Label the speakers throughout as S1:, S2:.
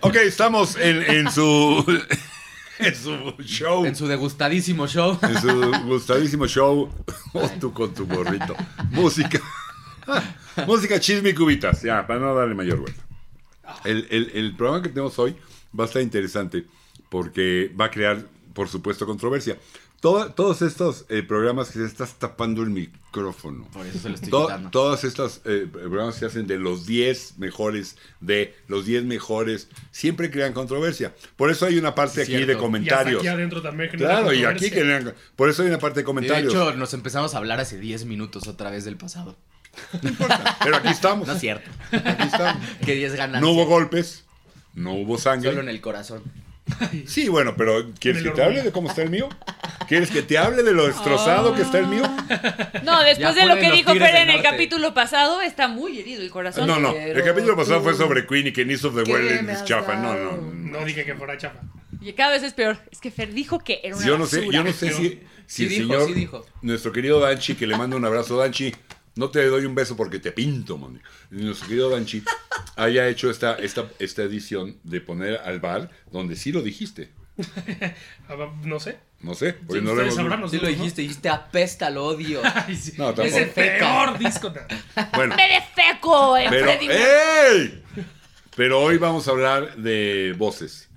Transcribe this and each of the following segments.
S1: Ok, estamos en, en su. En su show.
S2: En su degustadísimo show.
S1: En su gustadísimo show. Oh, tú con tu gorrito. Música. Música chisme y cubitas. Ya, para no darle mayor vuelta. El, el- el programa que tenemos hoy va a estar interesante porque va a crear, por supuesto, controversia. Toda- todos estos eh, programas que se estás tapando el micrófono.
S2: Por eso se lo estoy
S1: To-
S2: quitando.
S1: todas estas eh, programas se hacen de los 10 mejores, de los 10 mejores, siempre crean controversia. Por eso hay una parte aquí
S2: Cierto.
S1: de
S2: Y
S3: Y hasta
S1: comentarios.
S3: aquí adentro también genera
S1: Claro, y aquí
S3: controversia.
S1: generan. Por eso hay una parte de
S2: De
S1: comentarios.
S2: hecho, nos empezamos a hablar hace 10 minutos otra vez del pasado.
S1: Pero aquí estamos.
S2: No es cierto.
S1: Aquí estamos.
S2: Que 10 ganancias.
S1: No hubo ¿eh? golpes, no hubo sangre.
S2: Solo en el corazón.
S1: Sí, bueno, pero ¿quieres
S3: En
S1: que
S3: el
S1: te hable
S3: orgullo.
S1: de cómo está el mío? ¿Quieres que te hable de lo destrozado que está el mío?
S4: No, después
S2: Ya
S4: de lo
S2: ponen
S4: que
S2: los
S4: dijo
S2: Tigres
S4: Fer en
S2: del
S4: el
S2: norte.
S4: capítulo pasado, está muy herido el corazón.
S1: No, no. El
S2: pero
S1: capítulo pasado
S2: tú-
S1: fue sobre Queen y que Nice of the
S2: ¿Qué
S1: World
S2: me
S1: es
S2: has
S1: chafa. No, no,
S2: dado?
S1: no.
S3: No dije que fuera chafa.
S4: Y cada vez es peor. Es que Fer dijo que era una
S1: Yo no sé,
S4: basura.
S1: yo no sé si, si
S2: Sí
S1: el
S2: dijo,
S1: señor,
S2: sí dijo.
S1: nuestro querido Danchi, que le mando un abrazo, Danchi, no te doy un beso porque te pinto, man. Nuestro querido Danchi haya hecho esta, esta, esta edición de poner al bar donde sí lo dijiste.
S3: Ah, va, No sé.
S1: No sé, porque
S3: Sí,
S1: no lo hemos-
S3: ustedes sabrán,
S2: Sí lo
S3: nosotros no.
S2: dijiste, dijiste apesta, lo odio.
S3: Ay, sí.
S1: No, tampoco.
S3: es el peor disco. no.
S1: Bueno,
S4: ¡Me defeco! eh,
S1: pero
S4: Freddy Mercury!
S1: ¡ey! Pero hoy vamos a hablar de voces.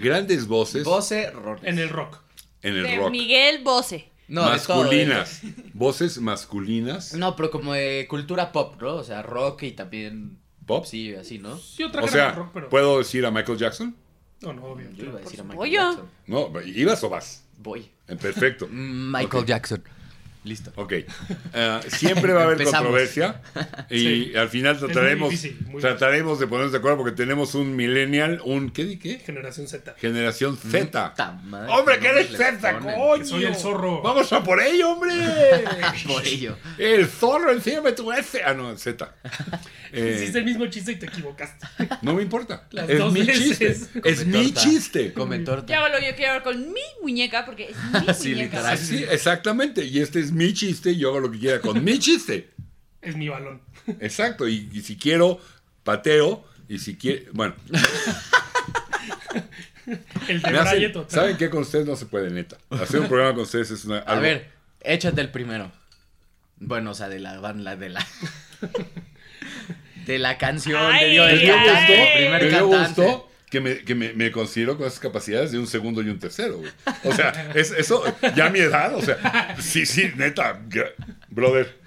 S1: Grandes voces
S2: Voce Rones.
S3: En el rock.
S1: en eh, el
S4: De
S1: rock.
S4: Miguel Bose.
S2: No, de todo, de-
S1: masculinas. Voces masculinas.
S2: No, pero como de cultura pop, ¿no? O sea, rock y también.
S1: ¿Pop?
S2: Sí, así, ¿no?
S3: Sí, otra
S1: O
S3: cara
S1: sea, pues-
S3: de rock, pero.
S1: ¿puedo decir a Michael Jackson?
S3: No, no, obvio.
S2: Yo iba a
S3: por
S2: decir a
S3: supuesto.
S2: Michael
S4: Oye.
S2: Jackson.
S1: No, ¿ibas o vas?
S2: Voy.
S1: Eh, Perfecto.
S3: Mm.
S2: Michael
S1: Ok.
S2: Jackson. Listo.
S1: Ok. Ah, siempre va a haber
S2: Empezamos.
S1: controversia y
S3: Sí.
S1: al final
S3: muy
S1: trataremos,
S3: difícil, muy
S1: trataremos de ponernos de acuerdo porque tenemos un millennial, un ¿qué di qué?
S3: Generación Z.
S1: Generación
S3: Mm,
S1: Z.
S2: Puta madre,
S1: Hombre,
S2: qué
S1: que eres
S2: nombres le
S1: Z,
S2: ponen.
S1: coño.
S3: Soy el zorro.
S1: Vamos a por ello, hombre.
S2: Por ello.
S1: El zorro, encima tu F. Ah, no, Z. Eh,
S3: Hiciste el mismo chiste y te equivocaste.
S1: no me importa.
S3: Las
S1: es
S3: dos
S1: mi
S3: veces.
S1: chiste. Es
S2: Come
S1: mi
S2: torta,
S1: chiste.
S2: Come
S4: Ya
S2: torta.
S4: hablo yo quiero hablar con mi muñeca porque es mi
S2: Sí,
S4: muñeca.
S2: literal.
S1: Así, exactamente. Y este es mi chiste. y Yo hago lo que quiera con mi chiste.
S3: Es mi balón.
S1: Exacto, y, y si quiero, pateo, y si quiero, bueno,
S3: El de
S1: me hacen-
S3: Braille total.
S1: ¿saben qué? Con ustedes no se puede, neta. Hacer un programa con ustedes es una...
S2: A ver, échate el primero. Bueno, o sea, de la van la de la. De la canción de
S4: Ay,
S2: Dios.
S1: me
S2: el
S1: dio
S4: ay.
S1: gusto,
S2: cantante,
S1: me
S2: primer
S1: dio
S2: cantante.
S1: gusto que, me, que me, me considero con esas capacidades de un segundo y un tercero, güey. O sea, es, eso, ya a mi edad, o sea, sí, sí, neta, gra- brother.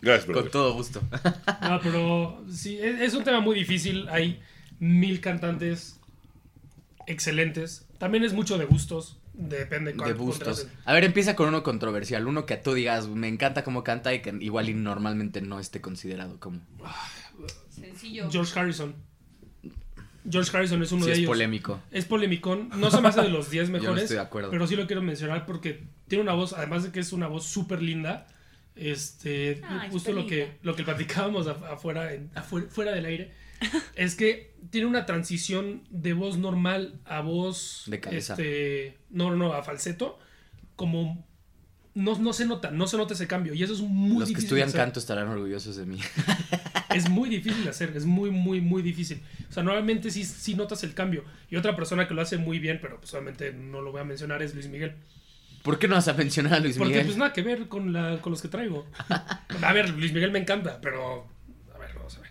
S1: Gracias,
S2: Con
S1: brother.
S2: todo gusto.
S3: No, pero sí, e-, es, es un tema muy difícil. Hay mil cantantes excelentes. También es mucho de gustos. Depende cuál
S2: De
S3: contraten.
S2: gustos. A ver, empieza con uno controversial. Uno que tú digas, me encanta cómo canta y que igual y normalmente no esté considerado como.
S4: Sencillo.
S3: George Harrison. George Harrison es uno
S2: Si
S3: de
S2: es
S3: ellos.
S2: polémico.
S3: Es polemicón. No se me hace de los 10 mejores.
S2: no estoy de acuerdo.
S3: Pero sí lo quiero mencionar porque tiene una voz, además de que es una voz súper linda. Este,
S4: Ay,
S3: justo
S4: está
S3: lo que,
S4: linda.
S3: lo que platicábamos af- afuera, en- afuera- fuera del aire, es que tiene una transición de voz normal a voz.
S2: De cabeza.
S3: Este, no, no, no, a falseto. Como. No, no se nota, no se nota ese cambio. Y eso es muy
S2: Los que
S3: difícil de
S2: estudian
S3: hacer.
S2: canto estarán orgullosos de mí.
S3: Es muy difícil de hacer, es muy, muy, muy difícil. O sea, normalmente sí, sí notas el cambio. Y otra persona que lo hace muy bien, pero pues obviamente no lo voy a mencionar, es Luis Miguel.
S2: ¿Por qué no vas a mencionar a Luis
S3: Porque
S2: Miguel?
S3: pues nada que ver con, la, con los que traigo. A ver, Luis Miguel me encanta, pero... A ver, vamos a ver.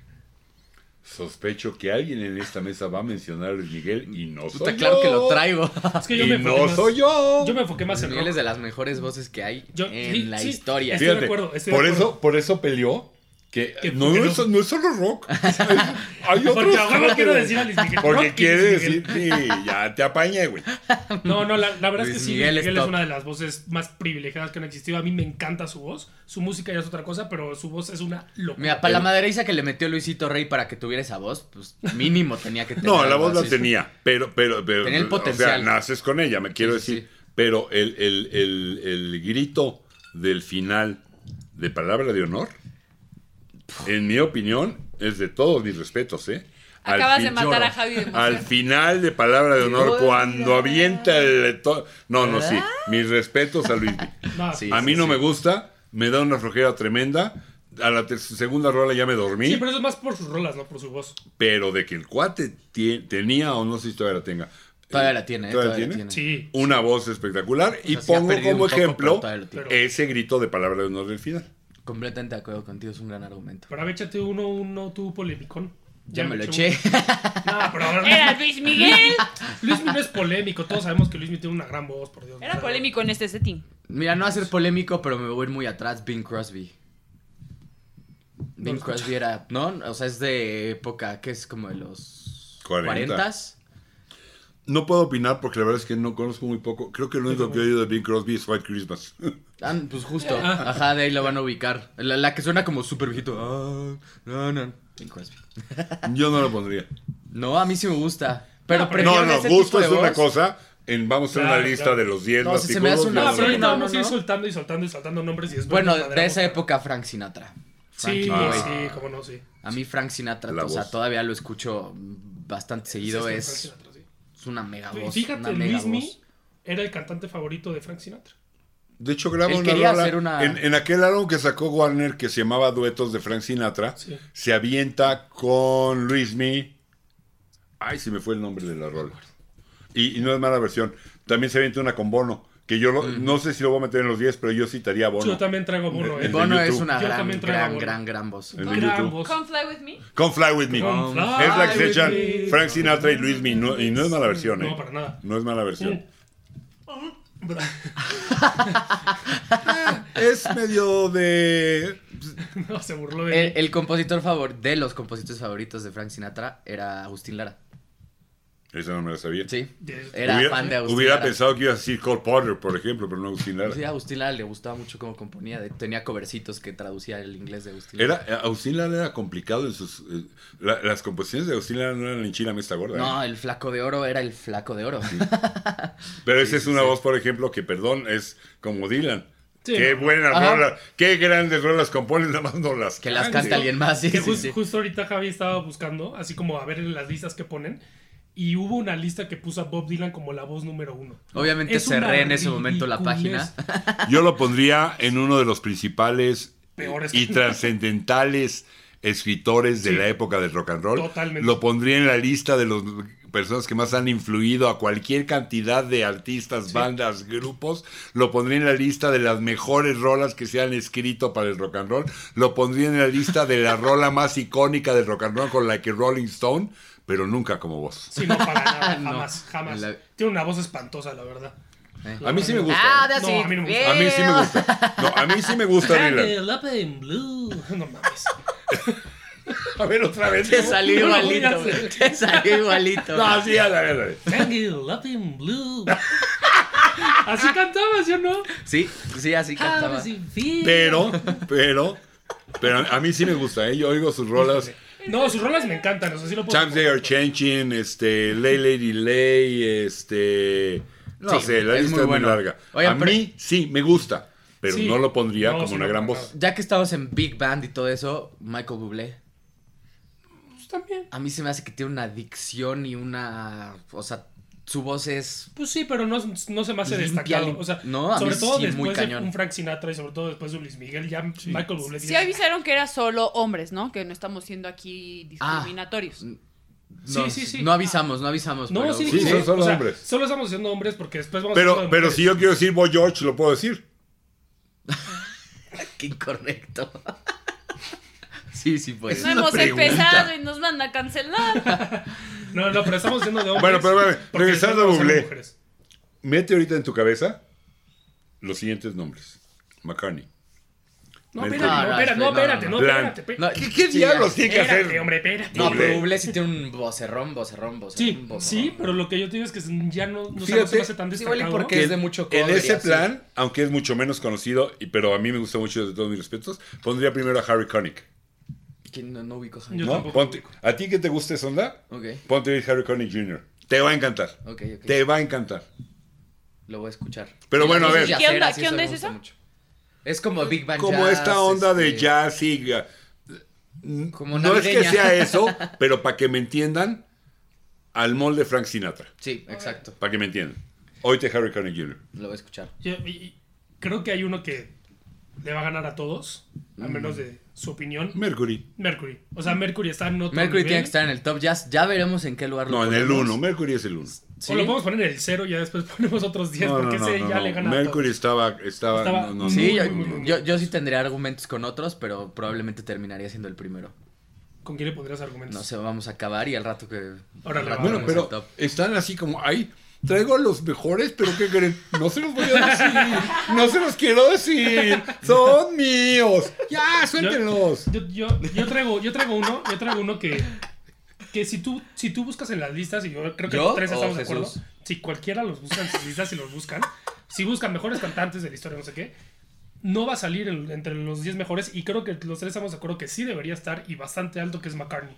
S1: Sospecho que alguien en esta mesa va a mencionar a Luis Miguel y no soy
S2: Puta, claro
S1: yo.
S2: que lo traigo.
S3: Es que yo
S1: Y
S3: me enfoqué
S1: no
S3: más-
S1: soy yo.
S3: Yo me enfoqué más
S2: Luis
S3: en
S2: Miguel es
S3: rock.
S2: de las mejores voces que hay
S3: Yo-
S2: en
S3: sí,
S2: la
S3: sí,
S2: historia.
S3: estoy de acuerdo, estoy de
S1: por
S3: acuerdo.
S1: eso, por eso peleó. Que,
S3: Que
S1: no,
S3: porque
S1: no
S3: no.
S1: es, no es solo rock. hay- Hay otros
S3: Porque a huevo
S1: géneros.
S3: quiero decir a Luis Miguel, rock y
S1: Porque
S3: Luis
S1: quiere decir,
S3: Miguel.
S1: sí, ya te apañé, güey.
S3: No, no, la, la verdad es
S2: Luis
S3: que sí,
S2: Miguel
S3: Luis
S2: es
S3: Miguel es,
S2: top.
S3: una de las voces más privilegiadas que han existido. A mí me encanta su voz. Su música ya es otra cosa, pero su voz es una locura.
S2: Mira, para la maderiza que le metió Luisito Rey para que tuviera esa voz, pues mínimo tenía que tener.
S1: No, la
S2: algo
S1: voz la
S2: así.
S1: tenía, pero, pero, pero,
S2: Tenía el
S1: o sea,
S2: potencial.
S1: naces con ella, me quiero
S2: Sí, sí,
S1: decir. Pero el, el, el, el grito del final de palabra de honor, en mi opinión, es de todos mis respetos, ¿eh? Al
S4: Acabas de
S1: fin-
S4: matar
S1: yo no.
S4: a Javi de emoción.
S1: Al final de palabra de honor,
S2: Ay,
S1: cuando
S2: ay.
S1: avienta el. to- No, no, sí. Mis respetos a Luis.
S3: No,
S2: Sí.
S1: a mí no me gusta, me da una flojera tremenda. a la ter- segunda rola ya me dormí.
S3: Sí, pero eso es más por sus rolas, no por su voz.
S1: Pero de que el cuate tie- tenía, o no sé si todavía la tenga.
S2: Todavía la tiene, ¿eh?
S1: ¿Todavía
S2: Todavía, la
S1: tiene?
S2: tiene.
S3: Sí.
S1: Una voz espectacular. y
S2: O sea, sí ha
S1: pongo
S2: perdido
S1: como
S2: un poco,
S1: ejemplo
S2: pero todavía lo tiene.
S3: pero-
S1: ese grito de palabra de honor del final.
S2: Completamente de acuerdo contigo, es un gran argumento.
S3: Pero a ver, échate uno, uno tú polemicón.
S2: Ya me lo
S3: uno.
S2: eché.
S3: No, pero a ver,
S4: Era Luis Miguel.
S3: Luismi no es polémico. Todos sabemos que Luismi tiene una gran voz, por Dios. O
S4: Era
S3: sea,
S4: polémico en este setting.
S2: Mira, no va a ser polémico, pero me voy a ir muy atrás. Bing Crosby. Bing
S3: lo
S2: Crosby era. ¿No? O sea, es de época que es como de los.
S1: 40.
S2: 40s.
S1: No puedo opinar porque la verdad es que no conozco muy poco. Creo que lo único que he oído de Bing Crosby es White Christmas.
S2: Ah, pues justo. Ajá, de ahí lo van a ubicar. La, la que suena como súper viejito. Ah, no, no. Bing Crosby.
S1: Yo no lo pondría.
S2: No, a mí sí me gusta. Pero
S3: No,
S2: prefiero
S1: No, no,
S2: ese
S1: gusto
S2: tipo de
S1: es una
S2: voz.
S1: cosa. En, vamos a hacer
S3: Claro,
S1: una lista
S3: claro.
S1: de los 10
S2: No,
S1: más
S2: si se me hace una-
S3: No,
S1: picudos,
S3: pero
S1: yo-
S3: ahorita
S2: no,
S3: vamos a
S2: no,
S3: ir
S2: no.
S3: soltando y soltando y soltando nombres y después
S2: Bueno,
S3: nos
S2: de
S3: madreamos.
S2: esa época, Frank Sinatra.
S3: Sí,
S2: Frankie Boy.
S3: sí, cómo no, sí.
S2: A mí, Frank Sinatra,
S1: Ah. La
S2: o sea,
S1: voz.
S2: todavía lo escucho bastante seguido.
S3: Sí,
S2: es,
S3: Frank Sinatra, sí.
S2: es una mega
S3: Y
S2: voz. una
S3: Fíjate,
S2: mega
S3: Luismi
S2: voz.
S3: era el cantante favorito de Frank Sinatra.
S1: De hecho, graba
S2: Él
S1: una
S2: quería
S1: rola.
S2: hacer una-
S1: En, en aquel álbum que sacó Warner que se llamaba Duetos de Frank Sinatra,
S3: Sí.
S1: se avienta con Luismi. Ay, se me fue el nombre de la rola. Y, y no es mala versión. También se avienta una con Bono, que yo lo- no sé si lo voy a meter en los 10, pero yo citaría a Bono.
S3: Yo también traigo Bono,
S1: El-
S3: ¿eh?
S1: el-
S2: Bono es
S1: YouTube.
S2: una
S3: Yo
S2: gran,
S3: también
S2: gran,
S3: traigo
S2: gran,
S3: Bono.
S2: gran, voz.
S1: En
S4: Gran
S1: YouTube.
S3: voz.
S4: Come fly with me.
S1: Con Fly With Me.
S3: Con Fly
S1: Es la que se
S2: With
S1: echan
S2: Me.
S1: Frank Sinatra y Luis Mi. No, y no es mala versión, ¿eh?
S3: No, para nada.
S1: No es mala versión.
S3: Mm.
S1: Es medio de.
S3: No, se burló de
S2: El, el compositor favor, de los compositores favoritos de Frank Sinatra era Agustín Lara.
S1: Esa no me la sabía.
S2: Sí,
S3: Yes.
S2: era fan de Agustín
S1: hubiera
S2: Lara.
S1: pensado que iba a decir Cole Potter, por ejemplo, pero no Agustín Lara.
S2: Sí, a Agustín Lara le gustaba mucho cómo componía. de- tenía covercitos que traducía el inglés de Agustín
S1: Era,
S2: Lara.
S1: eh, Agustín Lara era complicado en sus. eh, la- las composiciones de Agustín Lara no eran en Chile Mesta Gorda. ¿eh?
S2: No, el flaco de oro era el flaco de oro.
S1: Pero esa es una voz, por ejemplo, que perdón, es como Dylan.
S3: Sí,
S1: qué
S3: no.
S1: buenas
S2: Ajá.
S1: rolas, qué grandes rolas componen, nada más no las
S2: que las
S1: cantes.
S2: canta alguien más. Sí,
S3: Que
S2: sí,
S3: jus-
S2: sí.
S3: Justo ahorita Javi estaba buscando, así como a ver en las listas que ponen, y hubo una lista que puso a Bob Dylan como la voz número uno.
S2: Obviamente
S3: Es una
S2: cerré en ese momento la
S3: ridiculez.
S2: página.
S1: Yo lo pondría en uno de los principales
S3: Peores.
S1: y trascendentales escritores de
S3: Sí.
S1: la época del rock and roll.
S3: Totalmente.
S1: Lo pondría en la lista de las personas que más han influido a cualquier cantidad de artistas, bandas, grupos. Lo pondría en la lista de las mejores rolas que se han escrito para el rock and roll. Lo pondría en la lista de la rola más icónica del rock and roll con la que Rolling Stone, pero nunca como voz.
S3: Sí, no para nada,
S2: No,
S3: jamás, jamás.
S2: en la-
S3: Tiene una voz espantosa, la verdad.
S2: Eh.
S1: A mí sí me gusta.
S2: Ah,
S1: ¿eh?
S2: that's
S3: No,
S2: it.
S3: a mí no me gusta.
S1: A mí sí me gusta. No, a mí sí me gusta Dylan.
S3: Candle up in blue. No mames.
S1: A ver otra vez.
S2: Te salió
S3: No lo voy a
S2: igualito.
S3: hacer.
S2: Te salió igualito.
S1: No, sí, ándale, ándale.
S3: Candle up in blue. Así cantaba, ¿sí o no?
S2: Sí, sí, así
S3: Ah,
S2: cantaba.
S1: Pero, pero, pero a mí sí me gusta, ¿eh? Yo oigo sus rolas.
S3: No, sus rolas me encantan, o sea, sí lo puedo.
S1: Times They Are Changing, este, Lay Lady Lay, este... No
S2: Sí,
S1: sé, la
S2: es
S1: lista
S2: muy
S1: es
S2: bueno.
S1: muy larga.
S2: Oye,
S1: a
S2: pero-
S1: mí sí me gusta, pero
S3: Sí.
S1: no lo pondría
S3: No,
S1: como
S3: sí,
S1: una
S3: no,
S1: gran
S3: no,
S1: voz.
S2: Ya que estamos en Big Band y todo eso, Michael Bublé,
S3: Pues también.
S2: a mí se me hace que tiene una adicción y una, o sea, su voz es
S3: Pues sí, pero no, no se me
S1: Pues
S3: hace
S2: Limpia,
S3: destacado.
S2: lim-
S3: O sea,
S2: No, a mí
S3: sobre todo
S2: sí, muy
S3: después de
S2: cañón.
S3: un Frank Sinatra y sobre todo después de un Luis Miguel, ya Michael Bublé.
S4: Sí
S3: tiene-
S4: avisaron que era solo hombres, ¿no? Que no estamos siendo aquí
S1: Ah,
S4: discriminatorios.
S2: no,
S3: Sí, sí, sí.
S2: no avisamos, no avisamos,
S3: No,
S2: pero-
S3: sí,
S1: Sí,
S3: sí,
S1: son solo
S3: o sea,
S1: hombres.
S3: Solo estamos diciendo hombres porque después vamos a
S1: Pero,
S3: hablar de
S1: pero
S3: mujeres.
S1: si yo quiero decir Boy George, lo puedo decir.
S2: qué incorrecto. sí, sí puede.
S1: Es
S4: No
S1: una
S4: hemos
S1: pregunta.
S4: empezado y nos van a cancelar.
S3: No, no, pero estamos diciendo de hombres.
S1: Bueno, pero, pero,
S3: porque
S1: regresando
S3: después
S1: a
S3: vamos hablar
S1: Bublé.
S3: de mujeres.
S1: Mete ahorita en tu cabeza los siguientes nombres. McCartney.
S3: No,
S1: Ven,
S3: espérate,
S1: no,
S3: no,
S2: no,
S3: espérate, no,
S2: no, no,
S3: espérate,
S2: no.
S3: no,
S1: Plan.
S3: espérate. pe-
S2: No,
S1: ¿Qué, qué
S2: sí,
S1: diablos
S2: ya.
S1: tiene que
S3: espérate,
S1: hacer?
S3: hombre, espérate.
S2: No,
S1: Bublé.
S2: pero Bublé sí tiene un vocerrón, vocerrón, vocerrón.
S3: Sí,
S2: vocerrón.
S3: sí, pero lo que yo te digo es que ya no, no, o sea,
S1: Fíjate,
S3: no se me hace tan
S2: sí, huele
S3: destacado.
S2: porque-
S1: que
S2: es de mucho
S1: En
S2: cover y
S1: ese
S2: así.
S1: plan, aunque es mucho menos conocido, y- pero a mí me gusta mucho de todos mis respetos, pondría primero a Harry Connick.
S2: Que no, no ubico.
S3: Yo
S1: ¿no?
S3: tampoco.
S1: Ponte- a ti que te gusta esa onda,
S2: Ok,
S1: ponte a oír Harry Connick Jr. Te va a encantar.
S2: ok, ok.
S1: Te va a encantar.
S2: Lo voy a escuchar.
S1: Pero
S2: Y
S1: bueno,
S2: las
S1: a
S2: cosas
S1: ver.
S4: ¿Qué onda-
S2: yaceras,
S4: qué onda
S2: me
S4: es
S2: gusta
S4: eso?
S2: mucho. Es como Big Bang
S1: Como
S2: Jazz,
S1: esta onda de
S2: este,
S1: jazz y... ga- n-
S2: Como
S1: no es que
S2: navideña.
S1: sea eso, pero para que me entiendan, al molde Frank Sinatra.
S2: Sí, exacto.
S1: Para que me entiendan. Oíte Harry Connick Jr.
S2: Lo voy a escuchar.
S1: Mm.
S3: Yo- y- y creo que hay uno que le va a ganar a todos, a menos de su opinión.
S1: Mercury.
S3: Mercury. O sea, Mercury está en otro
S2: Mercury tiene
S3: nivel.
S2: que estar en el top. Ya, ya veremos en qué lugar
S1: No, en el
S2: ponemos.
S1: 1. Mercury es el 1.
S2: Sí.
S3: O lo podemos poner en el 0 y ya después ponemos otros 10 porque ese ya le gana a
S1: Mercury estaba, estaba,
S3: Estaba-
S1: no, no,
S2: Sí,
S1: no,
S2: yo,
S1: no, no.
S2: yo- yo sí tendría argumentos con otros, pero probablemente terminaría siendo el primero.
S3: todos. ¿Con quién le pondrías argumentos?
S2: No sé, vamos a acabar y al rato que.
S3: Órale,
S2: al rato
S1: Bueno,
S2: vemos el
S1: pero
S2: top.
S1: están así como, ay, traigo a los mejores, pero ¿qué creen? No se los voy a decir, no se los quiero decir, son míos. Ya, suéltenlos.
S3: Yo, yo, yo traigo, yo traigo uno, yo traigo uno que, que si tú, si tú buscas en las listas, y yo creo que
S2: ¿Yo
S3: los tres
S2: o
S3: estamos de
S2: Jesús?
S3: acuerdo, si cualquiera los busca en sus listas y los buscan, si buscan mejores cantantes de la historia, no sé qué, no va a salir en- entre los 10 mejores, y creo que los tres estamos de acuerdo que sí debería estar, y bastante alto, que es McCartney.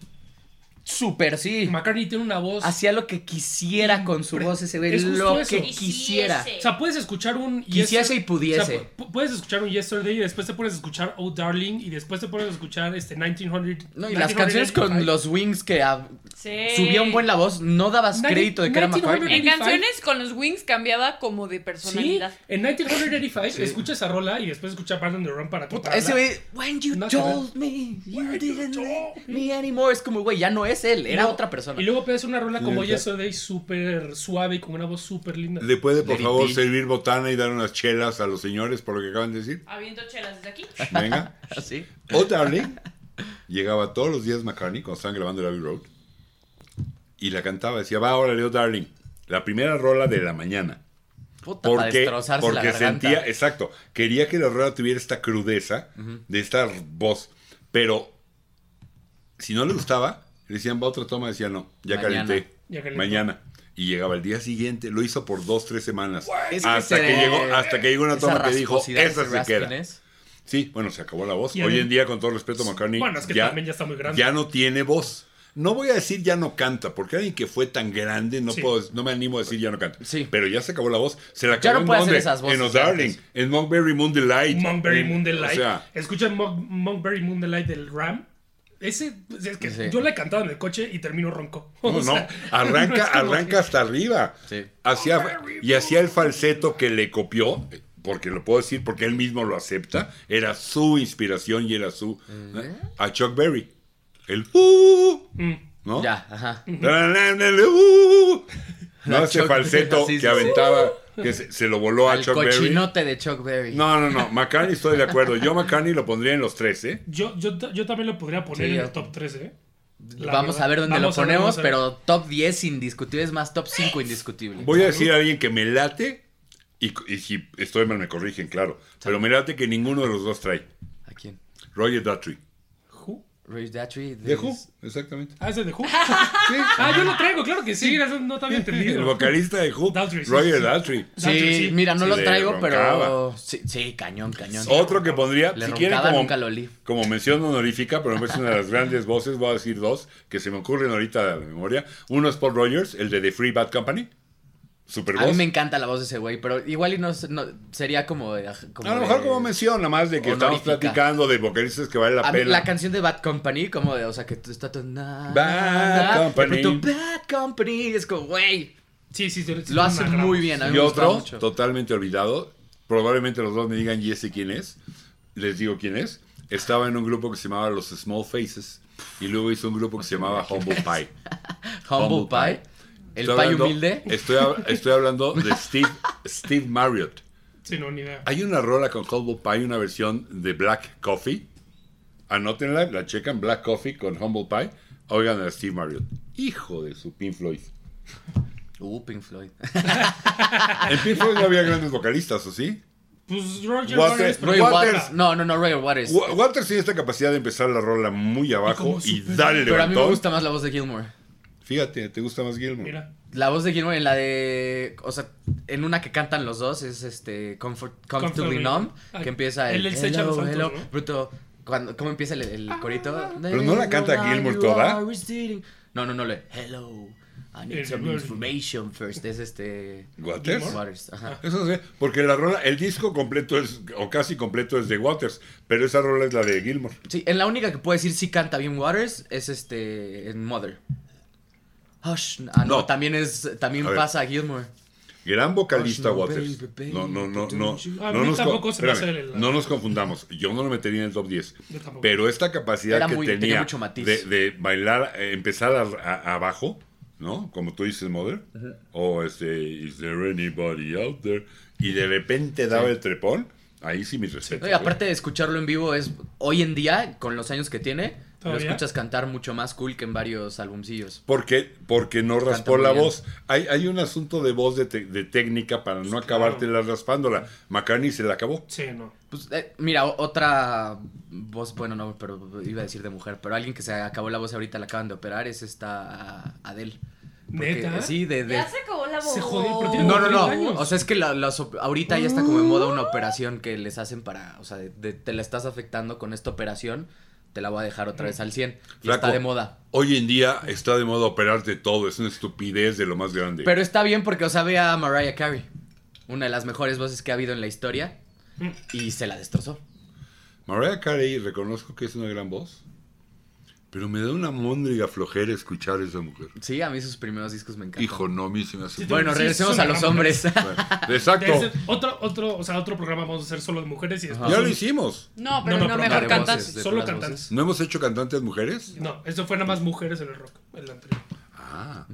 S2: Súper sí.
S3: McCartney tiene una voz...
S2: Hacía lo que quisiera con su
S3: Pre-
S2: voz ese güey.
S3: es justo
S2: Lo
S3: eso.
S2: que quisiera.
S3: O sea, puedes escuchar un...
S2: Quisiese y pudiese.
S3: pu- puedes escuchar un Yesterday y después te puedes escuchar Oh Darling y después te puedes escuchar este 1900...
S2: No, y las canciones con
S3: 1985.
S2: los Wings que ah,
S4: Sí.
S2: subía un buen la voz, no dabas
S3: Nadie-
S2: crédito de que era
S3: nadie-
S2: McCartney.
S4: En canciones con los Wings cambiaba como de
S3: Sí,
S4: personalidad.
S3: en 1985 escucha esa rola y después escucha Band on the Run para
S2: Puta,
S3: compararla.
S2: ese güey, when you
S3: Nada que
S2: told me, you didn't
S3: told
S2: let me anymore. Es como, güey, ya no es él, era
S3: No,
S2: otra persona.
S3: Y luego pegas una rola como
S1: Neta.
S3: Yesterday súper suave y con una voz súper linda.
S1: ¿Le puede, por
S2: Lady
S1: favor,
S2: P.
S1: servir botana y dar unas chelas a los señores por lo que acaban de decir?
S4: Habiendo chelas desde aquí.
S1: Venga.
S2: Así.
S1: Oh, darling. Llegaba todos los días McCartney cuando estaban grabando el Abbey Road. Y la cantaba, decía, va, órale, oh, darling. La primera rola de la mañana.
S2: Puta, para
S1: Porque,
S2: destrozarse la
S1: porque
S2: garganta.
S1: sentía, exacto, quería que la rola tuviera esta crudeza de esta voz. Pero si no le gustaba, le decían, va otra toma, decía, no, ya
S2: Mañana.
S1: calenté.
S3: Ya calentó.
S1: Mañana. Y llegaba el día siguiente, lo hizo por dos, tres semanas.
S2: Es que
S1: hasta,
S2: se
S1: que
S2: ve-
S1: llegó, hasta que llegó una
S2: esa
S1: toma que dijo,
S2: rasposidad, ¿eh?
S1: esa
S2: ese
S1: se queda.
S2: raspiness.
S1: Sí, bueno, se acabó la voz.
S3: Y
S1: Hoy
S3: adem-
S1: en día, con todo respeto, McCartney
S3: Bueno, es que también ya está muy grande.
S1: ya no tiene voz. No voy a decir ya no canta, porque alguien que fue tan grande no
S3: Sí.
S1: puedo, no me animo a decir ya no canta.
S2: Sí.
S1: Pero ya se acabó la voz. Se la acabó
S2: Ya no
S1: en
S2: puede hacer
S1: dónde?
S2: esas voces
S1: En Os
S2: de antes.
S1: Darling, en Monkberry Moon Delight.
S3: Monkberry
S1: en-
S3: Moon Delight.
S1: O sea,
S3: Escucha Mon- Monkberry Moon Delight del Ram. Ese, pues, es que
S2: Sí.
S3: yo la he cantado en el coche y termino ronco. O
S1: no, no,
S3: sea,
S1: arranca,
S3: no es como
S1: arranca hasta arriba.
S2: Sí.
S1: Hacía- y hacía el falseto que le copió, porque lo puedo decir porque él mismo lo acepta, era su inspiración y era su...
S2: ¿Eh?
S1: ¿Eh? A Chuck Berry. El... uh,
S3: que- Mm.
S1: ¿No?
S2: Ya, ajá.
S1: Na, na, na, na, uh.
S2: La
S1: No, ese
S2: Chuck Berry,
S1: falseto
S2: así, sí,
S1: que aventaba, que se, se lo voló a
S2: Al
S1: Chuck Berry.
S2: cochinote de Chuck Berry.
S1: No, no, no, McCartney estoy de acuerdo. Yo McCartney lo pondría en los tres, ¿eh?
S3: Yo, yo, ta- yo también lo podría poner
S2: Sí,
S3: en
S2: yo-
S3: el top 3, ¿eh? La
S2: vamos
S3: verdad.
S2: a ver dónde lo
S3: Vamos a ver,
S2: ponemos,
S3: vamos a ver.
S2: pero top 10 indiscutible es más top 5 indiscutible.
S1: Voy a decir a alguien que me late, y, y si estoy mal me corrigen, claro, pero me late que ninguno de los dos trae.
S2: ¿A quién?
S1: Roger Daughtry.
S3: Ju-
S2: Ray Datry.
S1: ¿Dejo? Exactamente.
S3: Ah, ese es de Who. Ah, yo lo traigo, claro que sí. eso no te había
S1: El
S3: entendido.
S1: vocalista de Who,
S3: Daughtry, sí,
S1: Roger
S3: sí.
S1: Daughtry.
S3: Datry,
S2: Sí,
S3: sí.
S2: mira, no
S1: Sí,
S2: lo
S1: le
S2: traigo, pero.
S1: roncaba.
S2: Sí, sí, cañón, cañón.
S1: Otro que pondría,
S2: Le
S1: si quieren,
S2: roncaba,
S1: como,
S2: nunca lo olí.
S1: como mención honorífica, pero me parece una de las grandes voces, voy a decir dos que se me ocurren ahorita de la memoria. Uno es Paul Rogers, el de The Free Bad Company. Super
S2: A mí
S1: voz.
S2: me encanta la voz de ese güey, pero igual y no, no- sería como. de- como
S1: A lo mejor
S2: de-
S1: como mención, nada más de que estamos
S2: honorífica.
S1: platicando de vocalistas que vale la
S2: A mí,
S1: pena.
S2: la canción de Bad Company, como de, o sea, que tú estás todo. na,
S1: Bad
S2: na, na,
S1: Company.
S2: de pronto, Bad Company. Es como, güey.
S3: Sí, sí, sí, sí,
S2: Lo
S3: es
S2: hace
S3: una gran
S2: muy
S3: voz.
S2: bien. A mí
S1: y
S2: me gusta
S1: otro,
S2: mucho.
S1: totalmente olvidado, probablemente los dos me digan, ¿y ese quién es? Les digo quién es. Estaba en un grupo que se llamaba Los Small Faces y luego hizo un grupo que se llamaba Humble Pie.
S2: Humble
S1: Humble
S2: Pie.
S1: Pie.
S2: El
S1: Estoy
S2: pie
S1: hablando-
S2: humilde.
S1: Estoy, hab- estoy hablando de Steve, Steve Marriott.
S3: Sí, no, ni idea.
S1: Hay una rola con Humble Pie, una versión de Black Coffee. Anótenla, la checan, Black Coffee con Humble Pie. Oigan a Steve Marriott. Hijo de su Pink Floyd.
S2: Uh, Pink Floyd.
S1: En Pink Floyd no había grandes vocalistas, ¿o sí?
S3: Pues Roger
S1: What
S3: Waters,
S1: the-
S3: pero-
S2: Roy
S1: Waters.
S2: Waters. No, no, no, Roy Waters.
S1: Wa- Waters tiene esta capacidad de empezar la rola muy abajo
S3: como
S1: y,
S3: super-
S1: darle
S2: Pero a mí me
S1: levantón.
S2: gusta más la voz de Gilmore.
S1: Fíjate, ¿te gusta más Gilmour?
S3: Mira.
S2: La voz de Gilmore en la de. O sea, en una que cantan los dos es este. Comfort, comfortably
S3: Comfortably
S2: Numb.
S3: Numb.
S2: Que empieza el.
S3: Él se echa los saltos,
S2: hello,
S3: ¿no?
S2: Bruto. Cuando, ¿Cómo empieza el, el corito?
S1: Pero no la canta Gilmour toda.
S2: No, no, no. Le, hello. I need
S3: El-
S2: some information first. Es este.
S1: ¿Waters?
S2: Waters.
S3: Ah.
S2: Ajá.
S1: Eso sí, porque la rola, el disco completo es, o casi completo es de Waters, pero esa rola es la de Gilmour.
S2: Sí, en la única que puedo decir si canta bien Waters es este. En Mother. Hush. Ah, no,
S1: No.
S2: también es. También
S1: A ver.
S2: pasa a Gilmore.
S1: gran vocalista Waters.
S5: baby,
S1: No, no, no, no.
S5: don't you-
S3: A
S1: no
S3: mí
S1: nos con-
S3: tampoco se me hace
S1: espérame,
S3: el-
S1: no nos confundamos. Yo no lo metería en el top 10.
S3: Yo tampoco.
S1: Pero esta capacidad
S2: Era
S1: que
S2: muy-
S1: tenía,
S2: tenía mucho matiz.
S1: De, de bailar, eh, empezar a- a- abajo, ¿no? Como tú dices, Mother. O este, is there anybody out there? Y de repente daba el trepón. Ahí sí mis respetos.
S2: No, y
S1: ¿eh?
S2: aparte de escucharlo en vivo, es hoy en día, con los años que tiene,
S3: ¿Todavía?
S2: lo escuchas cantar mucho más cool que en varios albumcillos.
S1: Porque, porque no raspó
S2: muy
S1: la
S2: bien.
S1: voz. Hay, hay un asunto de voz de, te- de técnica para
S3: Pues
S1: no acabártela raspándola. McCartney se la acabó.
S3: Sí, no.
S2: Pues, eh, mira, o- otra voz, bueno, no, pero iba a decir de mujer, pero alguien que se acabó la voz ahorita la acaban de operar es esta Adele. Porque,
S3: ¿Neta?
S2: Sí, de... de-
S6: Ya se acabó la voz.
S3: Se jodió, pero tiene-
S2: No, no, no.
S3: años.
S2: O sea, es que la- las op- ahorita ya está como en moda una operación que les hacen para, o sea, de- de- te la estás afectando con esta operación, te la voy a dejar
S3: Mm.
S2: otra vez al 100. Y
S1: Flaco.
S2: está de moda.
S1: Hoy en día está de moda operarte todo. Es una estupidez de lo más grande.
S2: Pero está bien porque, o sea, ve a Mariah Carey, una de las mejores voces que ha habido en la historia,
S3: Mm.
S2: y se la destrozó.
S1: Mariah Carey, reconozco que es una gran voz. Pero me da una móndriga flojera escuchar a esa mujer.
S2: Sí, a mí sus primeros discos me encantan.
S1: Hijo, no, a mí se me hace...
S3: Sí,
S2: Bueno,
S3: Sí,
S2: regresemos
S3: son
S2: a los
S3: hombres.
S2: hombres.
S1: Bueno, Exacto.
S3: Debe ser Otro, otro, o sea, otro programa vamos a hacer solo de mujeres y después.
S1: Ya lo hicimos.
S4: No, pero
S3: No,
S4: no,
S3: no, pero
S4: mejor
S2: de
S4: cantas.
S2: voces, de
S3: Solo
S2: puras
S3: cantantes.
S2: voces.
S1: ¿No hemos hecho cantantes mujeres?
S3: No, eso fue nada más mujeres en el rock, el anterior.
S1: Ah.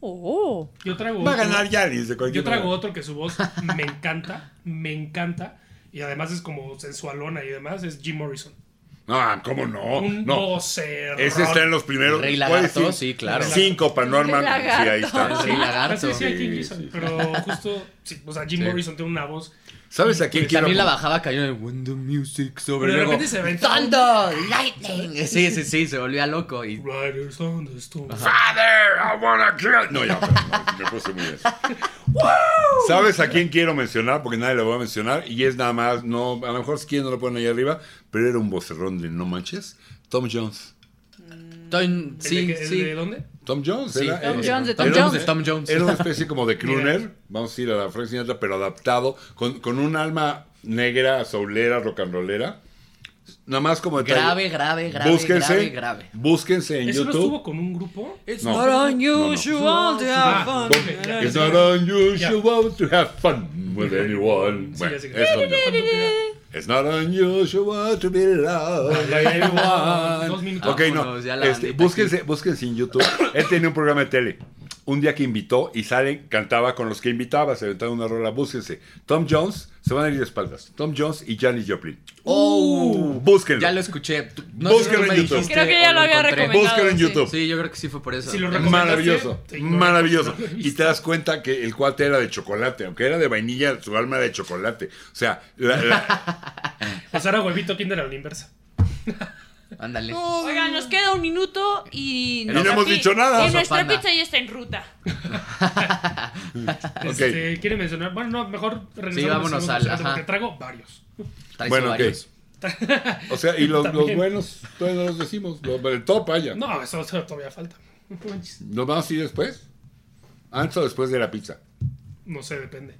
S4: Oh.
S3: Yo traigo
S1: Va a
S3: otro-
S1: ganar Yaris de cualquier
S3: Yo traigo
S1: manera.
S3: otro que su voz me encanta, me encanta. Y además es como sensualona y demás, es Jim Morrison.
S1: Ah, ¿cómo no?
S3: Un
S1: No.
S3: vocerrón.
S1: Ese está en los primeros.
S2: El Rey
S1: ¿Puedes
S2: Lagarto,
S1: decir?
S2: sí, claro.
S1: Cinco para Norman. Sí,
S4: Lagarto.
S1: ahí está.
S2: Sí,
S3: Ah,
S2: lagarto.
S3: sí, sí, hay quien
S1: Sí,
S3: quiso,
S1: sí.
S3: Pero justo, sí, o sea, Jim
S2: Sí.
S3: Morrison tiene una voz.
S1: ¿Sabes a quién
S2: Y
S1: quiero?
S2: también la bajaba cayó en When the Music sobre
S3: Pero de
S2: luego,
S3: repente se aventó-
S2: Thunder, Lightning. Sí, sí, sí, se volvía loco. Y
S3: Riders on the Storm.
S1: Father, I wanna kill- No, ya, perdón, me puse muy bien. ¿Sabes a quién quiero mencionar? Porque nadie lo va a mencionar. Y es nada más, no, a lo mejor si quieren no lo ponen ahí arriba, pero era un vocerrón de no manches. Tom Jones.
S2: Tom-
S3: ¿El
S2: sí,
S3: de, que- el
S2: sí.
S3: de dónde?
S1: Tom Jones,
S2: Sí.
S1: era-
S2: Tom
S1: era-
S4: Jones de Tom
S1: era un-
S2: Hablamos de Tom Jones.
S1: Era una especie como de crooner, vamos a ir a la Frank Sinatra, pero adaptado, con, con un alma negra, soulera, rock and rollera. Nada más como detalle.
S2: Grave, grave, grave,
S1: búsquense,
S2: grave, grave.
S1: Búsquense en
S3: ¿Eso no
S1: YouTube.
S3: estuvo con un grupo?
S5: It's
S1: No.
S5: not unusual to have
S3: Ah,
S5: fun.
S3: ok, ya,
S1: It's
S3: ya,
S1: not
S3: ya.
S1: unusual to have fun with anyone.
S3: Sí,
S1: Bueno,
S3: ya sé que-
S1: es Tom Jones. It's not unusual to be loved by anyone.
S3: Dos minutos.
S1: Ok, no.
S2: Vámonos, ya la
S1: Este,
S2: bandita
S1: búsquense, búsquense en YouTube. Él tenía un programa de tele. Un día que invitó y salen, cantaba con los que invitaba, se aventaba una rola. Búsquense. Tom Jones, se van a ir de espaldas. Tom Jones y Janis Joplin.
S2: Oh,
S1: Búsquenlo.
S2: ya lo escuché. Tú- No
S1: Búsquenlo
S2: tú me
S1: en YouTube.
S2: dijiste
S4: Creo que ya
S2: o
S4: lo había
S2: encontré.
S4: recomendado.
S1: Búsquenlo en
S4: sí.
S1: YouTube.
S2: Sí, yo creo que sí fue por eso.
S3: Sí, lo
S2: Tenemos-
S3: recomiendo.
S1: Maravilloso,
S3: Sí, no,
S1: maravilloso.
S3: no lo he visto.
S1: Y te das cuenta que el cuate era de chocolate, aunque era de vainilla, su alma era de chocolate. O sea, la- la-
S3: Pues era huevito Kinder a la inversa.
S2: Ándale.
S4: Oigan, nos queda un minuto y.
S1: no
S4: nuestra
S1: hemos
S4: pi-
S1: dicho nada.
S4: Y nuestra
S2: Zapanda.
S4: pizza ya está en ruta.
S3: Este, ¿Quiere mencionar? Bueno, no, mejor regresamos.
S2: Sí, vámonos
S3: a
S2: al-
S3: los porque
S2: ajá.
S3: traigo varios.
S2: Traes
S1: bueno, ok.
S2: ovarios.
S1: O sea, y los, los
S3: También.
S1: buenos, todavía no los decimos. Los, el top, vaya.
S3: No, eso, eso todavía falta.
S1: ¿Nos vamos a ir después? Antes o después de la pizza.
S3: No sé, depende.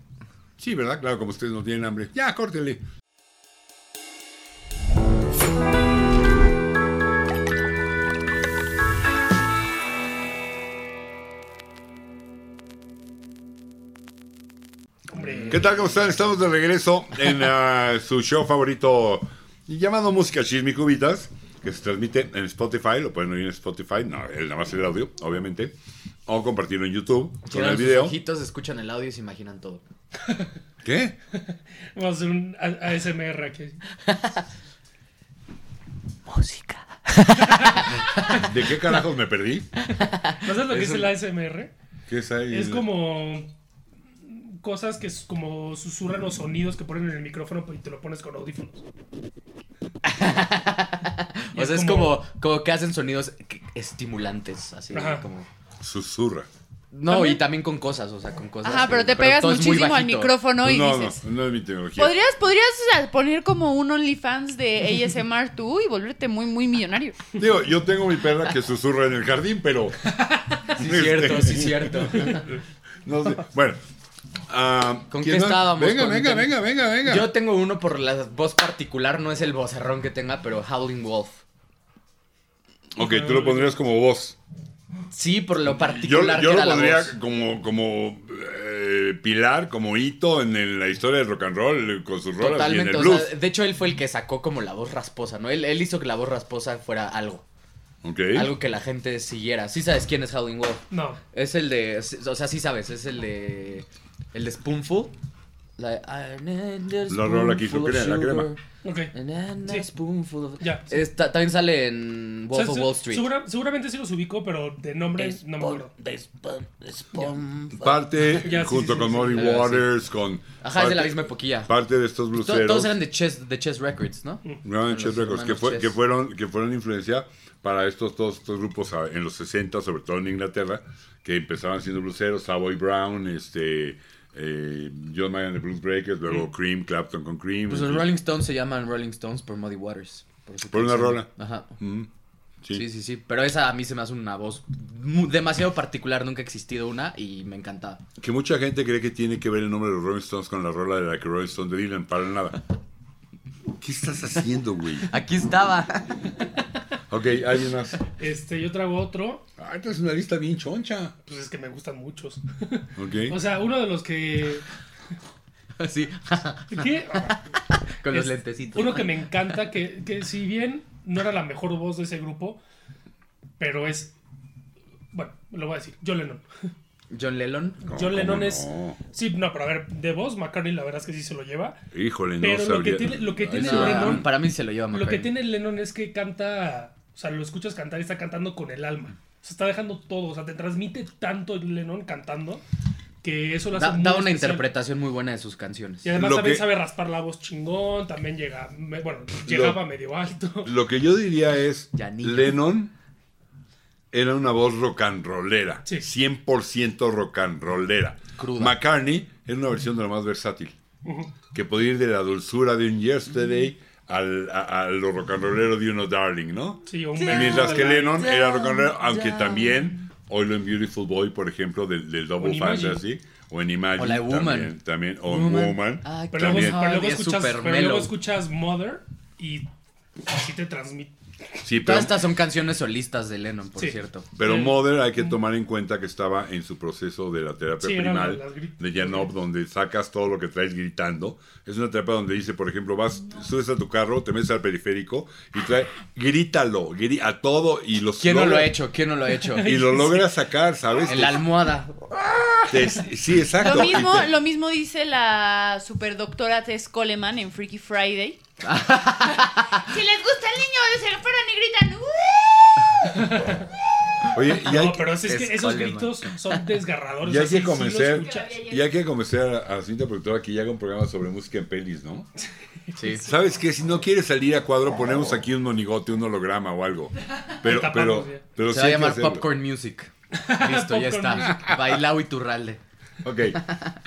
S1: Sí, ¿verdad? Claro, como ustedes no tienen hambre. Ya, córtele.
S3: Hombre.
S1: ¿Qué tal? ¿Cómo están? Estamos de regreso en ah, su show favorito llamado Música Chisme y Cubitas, que se transmite en Spotify. Lo pueden oír en Spotify, no, el- nada más el audio, obviamente. O compartirlo en YouTube con
S2: Cierran
S1: el
S2: sus
S1: video.
S2: ojitos, escuchan el audio y se imaginan todo.
S1: ¿Qué?
S3: Vamos a hacer un A- ASMR aquí.
S2: Música.
S1: ¿De qué carajos me perdí?
S3: ¿No sabes lo que es
S1: Eso-
S3: el ASMR?
S1: ¿Qué es ahí?
S3: Es como cosas que es como susurran los sonidos que ponen en el micrófono y te lo pones con audífonos. Y
S2: O sea, es
S3: como-
S2: como, como que hacen sonidos que- estimulantes, así
S3: Ajá.
S2: como...
S1: Susurra.
S2: No,
S3: También-
S2: y también con cosas, o sea, con cosas...
S4: Ajá, pero
S2: eh,
S4: te pegas
S2: todo es muy
S4: muchísimo al
S2: bajito.
S4: micrófono y
S1: no,
S4: dices.
S1: no, no es mi tecnología.
S4: ¿Podrías, podrías o sea, poner como un OnlyFans de ASMR tú y volverte muy, muy millonario.
S1: Digo, yo tengo mi perra que susurra en el jardín, pero.
S2: Sí, cierto, sí, cierto.
S1: No sé. Bueno. ah,
S2: ¿Con
S1: ¿quién
S2: qué
S1: más?
S2: estábamos?
S1: Venga,
S2: Con-
S1: venga,
S2: con-
S1: venga, venga, venga.
S2: Yo tengo uno por la voz particular, no es el vocerrón que tenga, pero Howling Wolf.
S1: Ok, tú lo pondrías como voz.
S2: Sí, por lo
S1: Yo,
S2: particular
S1: yo
S2: que
S1: lo
S2: era la
S1: pondría
S2: voz.
S1: como, como eh, eh, pilar, como hito en el- la historia del rock and roll eh, con sus rolas y en
S2: Totalmente.
S1: el
S2: o
S1: blues.
S2: sea, de hecho, él fue el que sacó como la voz rasposa, ¿no? Él, él hizo que la voz rasposa fuera algo.
S1: Ok.
S2: Algo que la gente siguiera. Sí sabes quién es Howling Wolf.
S3: No.
S2: Es el de. O sea, sí sabes, es el de. El de Spoonful. La de. "I need a
S1: La rola que hizo
S2: spoonful of
S1: cre- la crema.
S2: sugar,
S3: Ok.
S2: and a
S3: Sí.
S2: spoonful of-".
S3: Ya.
S2: Esta- también sale en
S3: O sea,
S2: Wolf of
S3: se-
S2: Wall Street.
S3: segura- seguramente sí los ubico, pero de nombre no me acuerdo.
S2: Spoon- spoonful.
S1: Parte,
S3: Ya, sí,
S1: junto
S3: sí,
S1: con
S3: sí,
S1: Muddy
S2: sí.
S1: Waters, con.
S2: Ajá, es de la
S1: parte-
S2: misma época.
S1: Parte de estos
S2: To-
S1: bluseros.
S2: Todos eran de Chess, de Chess Records, ¿no?
S3: Mm.
S1: Grand Chess
S2: los
S1: Records, que,
S2: hermanos
S1: fue-
S2: Chess.
S1: que fueron, que fueron influencia para estos, todos estos grupos a- en los 60, sobre todo en Inglaterra, que empezaban siendo bluseros, Savoy Brown, este, eh, John Mayer and the Blues Breakers, luego Cream, Clapton con Cream.
S2: Mm. Pues
S1: en
S2: los
S1: fin.
S2: Rolling Stones se llaman Rolling Stones por Muddy Waters. Por, su
S1: Por una
S2: canción.
S1: rola.
S2: Ajá.
S1: Mm, sí.
S2: Sí. sí, sí, Pero esa a mí se me hace una voz mu- demasiado particular. Nunca ha existido una y me encantaba.
S1: Que mucha gente cree que tiene que ver el nombre de los Rolling Stones con la rola de la que Rolling Stone de Dylan, para nada. ¿Qué estás haciendo, güey?
S2: Aquí estaba.
S1: Ok, hay unas.
S3: Este, yo traigo otro.
S1: Ah, esta es una lista bien choncha.
S3: Pues es que me gustan muchos.
S1: Ok.
S3: O sea, uno de los que.
S2: Así,
S3: ¿Qué?
S2: con los
S3: Es
S2: lentecitos.
S3: Uno que me encanta, que, que si bien no era la mejor voz de ese grupo, pero es. Bueno, lo voy a decir. John Lennon.
S2: John Lennon.
S1: No,
S3: John Lennon
S1: ¿cómo
S3: es.
S1: no?
S3: Sí, no, pero a ver, de voz, McCartney la verdad es que sí se lo lleva.
S1: Híjole, no
S3: Pero lo
S1: sabría-
S3: que tiene- lo que
S1: Ahí
S3: tiene
S1: se va.
S3: Lennon-
S2: Para mí se lo lleva
S3: Lo que
S2: McCartney.
S3: tiene Lennon es que canta, o sea, lo escuchas cantar y está cantando con el alma. Se está dejando todo, o sea, te transmite tanto el Lennon cantando que eso lo hace
S2: Da,
S3: muy
S2: da una
S3: especial.
S2: interpretación muy buena de sus canciones.
S3: Y además
S1: Lo
S3: también
S1: que-
S3: sabe raspar la voz chingón, también llega, me- bueno, llegaba medio alto.
S1: Lo que yo diría es,
S2: Ya ni-
S1: Lennon era una voz rock and rollera,
S3: Sí.
S1: 100% rock and rollera.
S2: Cruda.
S1: McCartney era una versión de la más versátil, que podía ir de la dulzura de un Yesterday al, a, a lo rock and rollero de uno Darling, ¿no?
S3: Sí, un
S1: Y Mientras que
S3: Lennon.
S1: Lennon era rock and roll, aunque también Oil and Beautiful Boy, por ejemplo, del, del
S3: O
S1: Double
S3: en
S1: Fantasy, o en Imagine,
S2: O la de
S1: también,
S2: Woman.
S1: también, o en
S2: Woman.
S1: Woman,
S2: Ay,
S3: Pero luego,
S1: también.
S2: hermosa.
S3: pero luego
S2: Ay, es
S3: escuchas,
S2: súper
S3: pero luego
S2: mellow.
S3: escuchas Mother y así te transmite.
S1: Sí, pero-
S2: Todas estas son canciones solistas de Lennon, por
S3: Sí.
S2: cierto.
S1: Pero
S3: Sí.
S1: Mother hay que tomar en cuenta que estaba en su proceso de la terapia
S3: Sí, eran
S1: primal
S3: las gri-
S1: de Janov, donde sacas todo lo que traes gritando. Es una terapia donde dice, por ejemplo, vas, subes a tu carro, te metes al periférico y trae, grítalo, gri- a todo y los
S2: ¿Quién no lo
S1: logra-
S2: ha hecho? ¿Quién no lo ha hecho?
S1: Y lo logras sacar, ¿sabes?
S2: En la almohada.
S1: Te- te- sí, exacto.
S4: Lo
S1: Y
S4: mismo,
S1: te-
S4: lo mismo dice la superdoctora Tess Coleman en Freaky Friday. si les gusta el niño, se lo paran y gritan. "¡Ué!".
S1: Oye, y hay,
S3: No, pero es, es que
S2: Es
S3: esos
S2: Coleman.
S3: gritos son desgarradores.
S1: y hay
S3: así,
S1: que
S3: sí lo
S1: convencer,
S3: escuchas.
S1: y hay que convencer a, a la cinta productora que ya haga un programa sobre música en pelis, ¿no?
S2: Sí.
S1: ¿Sabes qué? Si no quieres salir a cuadro, ponemos aquí un monigote, un holograma o algo. Pero, pero,
S3: Tapamos, ya.
S1: pero
S2: Se
S1: sí
S2: va a
S1: hay que
S2: llamar
S1: hacerlo.
S2: Popcorn Music. Listo, ya está. Bailao y Turralde.
S1: Ok.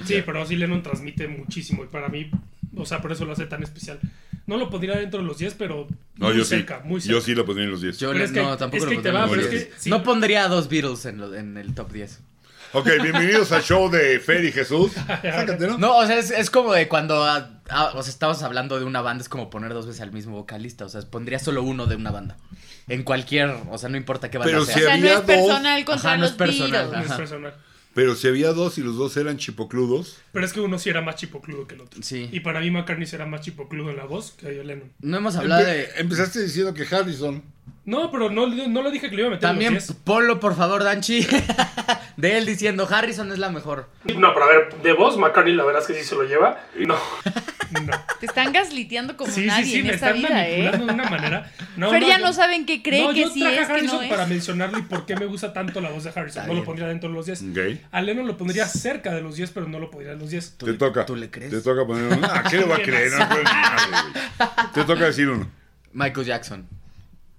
S3: Sí, pero sí Lennon transmite muchísimo y para mí, o sea, por eso lo hace tan especial. No lo pondría dentro de los 10, pero
S1: No,
S3: muy
S1: yo
S3: cerca,
S1: sí.
S3: muy cerca.
S1: Yo sí lo pondría en los 10.
S2: Yo
S3: Pero
S2: le-
S3: es que-
S2: no, tampoco
S3: es que
S2: lo
S3: te
S2: pondría
S1: va,
S2: en los
S1: pero es
S2: 10.
S3: que sí.
S2: No pondría a dos Beatles en, lo- en el top 10.
S1: Ok, bienvenidos al show de Fer y Jesús. Sácate, ¿no?
S2: No, o sea, es, es como de cuando ah, ah, o sea, estabas hablando de una banda, es como poner dos veces al mismo vocalista. O sea, pondría solo uno de una banda. En cualquier, o sea, no importa qué banda
S1: Pero
S2: sea.
S4: O
S1: si
S4: sea, no
S1: había
S4: es
S1: dos.
S4: personal contra
S2: Ajá, no es
S4: los
S2: personal,
S3: No
S4: Beatles.
S3: es
S2: Ajá.
S3: personal.
S1: Pero si había dos y los dos eran chipocludos,
S3: Pero es que uno sí era más chipocludo que el otro.
S2: Sí.
S3: Y para mí McCartney sí era más chipocludo en la voz que yo Lennon.
S2: No hemos hablado
S1: empe-
S2: de.
S1: empezaste diciendo que Harrison.
S3: No, pero no, no lo dije que lo iba a meter en
S2: También
S3: los
S2: ponlo, por favor, Danchi. De él diciendo Harrison es la mejor.
S3: 10. No, pero a ver, de voz McCartney la verdad es que sí se lo lleva. No. No.
S4: Te están gasliteando como
S3: Sí, sí,
S4: nadie
S3: sí,
S4: en
S3: me
S4: esta
S3: están
S4: vida, ¿eh?
S3: manipulando de una manera. No,
S4: Fer ya
S3: yo-
S4: no saben qué cree,
S3: no,
S4: que
S3: yo
S4: sí
S3: traje a
S4: es, que
S3: Harrison
S4: no es.
S3: para mencionarle por qué me gusta tanto la voz de Harrison.
S2: Está
S3: no
S2: bien.
S3: lo pondría dentro de los 10.
S4: Mm.
S1: Ok.
S3: A Lennon lo pondría cerca de los 10, pero no lo pondría en los 10.
S1: Te toca.
S2: ¿Tú le crees?
S1: Te toca poner uno. Ah, ¿qué le voy a creer? No, pues, madre, güey. te toca decir uno.
S2: Michael Jackson.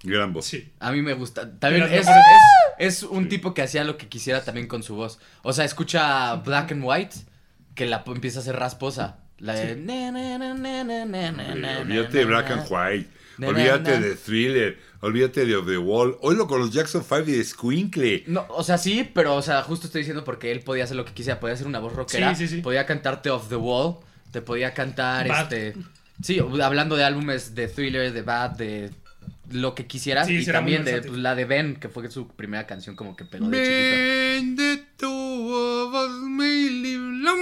S1: Gran voz.
S3: Sí.
S2: A mí me gusta. También
S3: Mira,
S2: es,
S3: no, pero-
S2: es- es un tipo que hacía lo que quisiera también con su voz. O sea, escucha Black and White, que la p- empieza a hacer rasposa. La de. na, na, na, na, na, na, na,
S1: Eh,
S2: na,
S1: olvídate
S2: na,
S1: de Black
S2: na.
S1: and White.
S2: Na, na,
S1: olvídate
S2: na.
S1: de Thriller. Olvídate de Of The Wall. Oílo con los Jackson 5 y de Squinkle.
S2: No, o sea, sí, pero, o sea, justo estoy diciendo porque él podía hacer lo que quisiera. Podía hacer una voz rockera.
S3: Sí, sí, sí.
S2: Podía cantarte Off the Wall. Te podía cantar
S3: Bad.
S2: este. Sí, hablando de álbumes de thriller, de bad, de lo que quisieras.
S3: Sí,
S2: y
S3: será muy
S2: también de
S3: versátil.
S2: pues, la de Ben, que fue su primera canción como que pegó de chiquito.
S1: Ven de tu voz, mi liblón.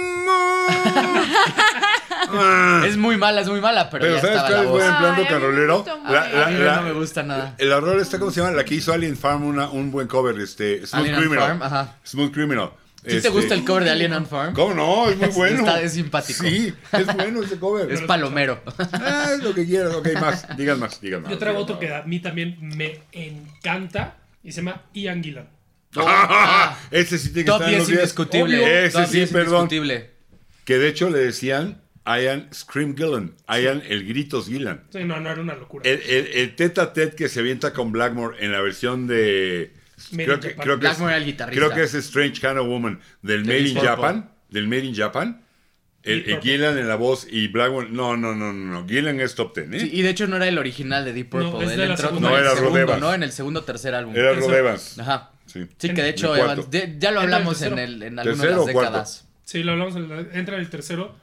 S2: Es muy mala, es muy mala, pero,
S1: Pero
S2: ya
S1: ¿sabes
S2: estaba la
S1: cuál es
S2: voz.
S1: buen
S4: Ay, a mí
S1: plan
S4: me
S1: carolero?
S4: gusta
S1: La-
S4: mucho.
S1: la-
S2: A mí
S1: la-
S2: no me gusta nada.
S1: El horror está, ¿cómo se llama? La que hizo Alien Farm, una- un buen cover, este, Smooth
S2: Alien on
S1: Criminal.
S2: Farm, ajá.
S1: Smooth Criminal.
S2: ¿Sí
S1: Este,
S2: te gusta el cover de Alien on Farm?
S1: ¿Cómo no? Es muy bueno.
S2: Está- es simpático.
S1: Sí, es bueno ese cover.
S2: Es palomero.
S1: Ah, es lo que quieras. Ok, más. Digan más, digan más.
S3: Yo traigo
S1: digan
S3: otro
S1: más.
S3: que a mí también me encanta y se llama Ian Gillan.
S1: Ah, ese sí tiene que
S2: Top
S1: estar en
S2: 10
S1: los 10. Obvio.
S2: indiscutible.
S1: Ese
S2: Top
S1: sí,
S2: 10
S1: perdón.
S2: indiscutible.
S1: Que de hecho le decían Ian Scream Gillan. Ian el Gritos Gillan.
S3: Sí, no, no era una locura.
S1: El, el, el tete a tete que se avienta con Blackmore en la versión de.
S3: Made
S1: Creo
S3: in
S1: que,
S3: Japan.
S1: creo, que es,
S2: Blackmore era el guitarrista.
S1: creo que es Strange Kind of Woman del
S2: De
S1: Made
S2: Deep
S1: in
S2: Purple.
S1: Japan. Del Made in Japan. El,
S3: Deep
S1: el
S3: Purple.
S1: Gillan en la voz y Blackmore. No, no, no, no. no. Gillan es top ten, ¿eh?
S2: Sí, y de hecho no era el original de Deep Purple.
S3: No, es
S2: Él
S3: de la
S2: entró como
S3: segunda.
S2: en
S1: No,
S2: el
S1: era Rod
S2: segundo,
S1: Evans.
S2: ¿no? En el segundo o tercer álbum.
S1: Era Rod
S3: Tercero.
S1: Evans.
S2: Ajá.
S1: Sí.
S2: Sí, que de hecho
S1: El cuarto.
S2: Evans- de- ya lo
S3: Entra el
S2: hablamos en,
S3: tercero.
S2: el, en alguna de
S1: ¿Tercero
S2: las
S1: o cuarto?
S2: décadas.
S3: Sí, lo hablamos, en la- entra el tercero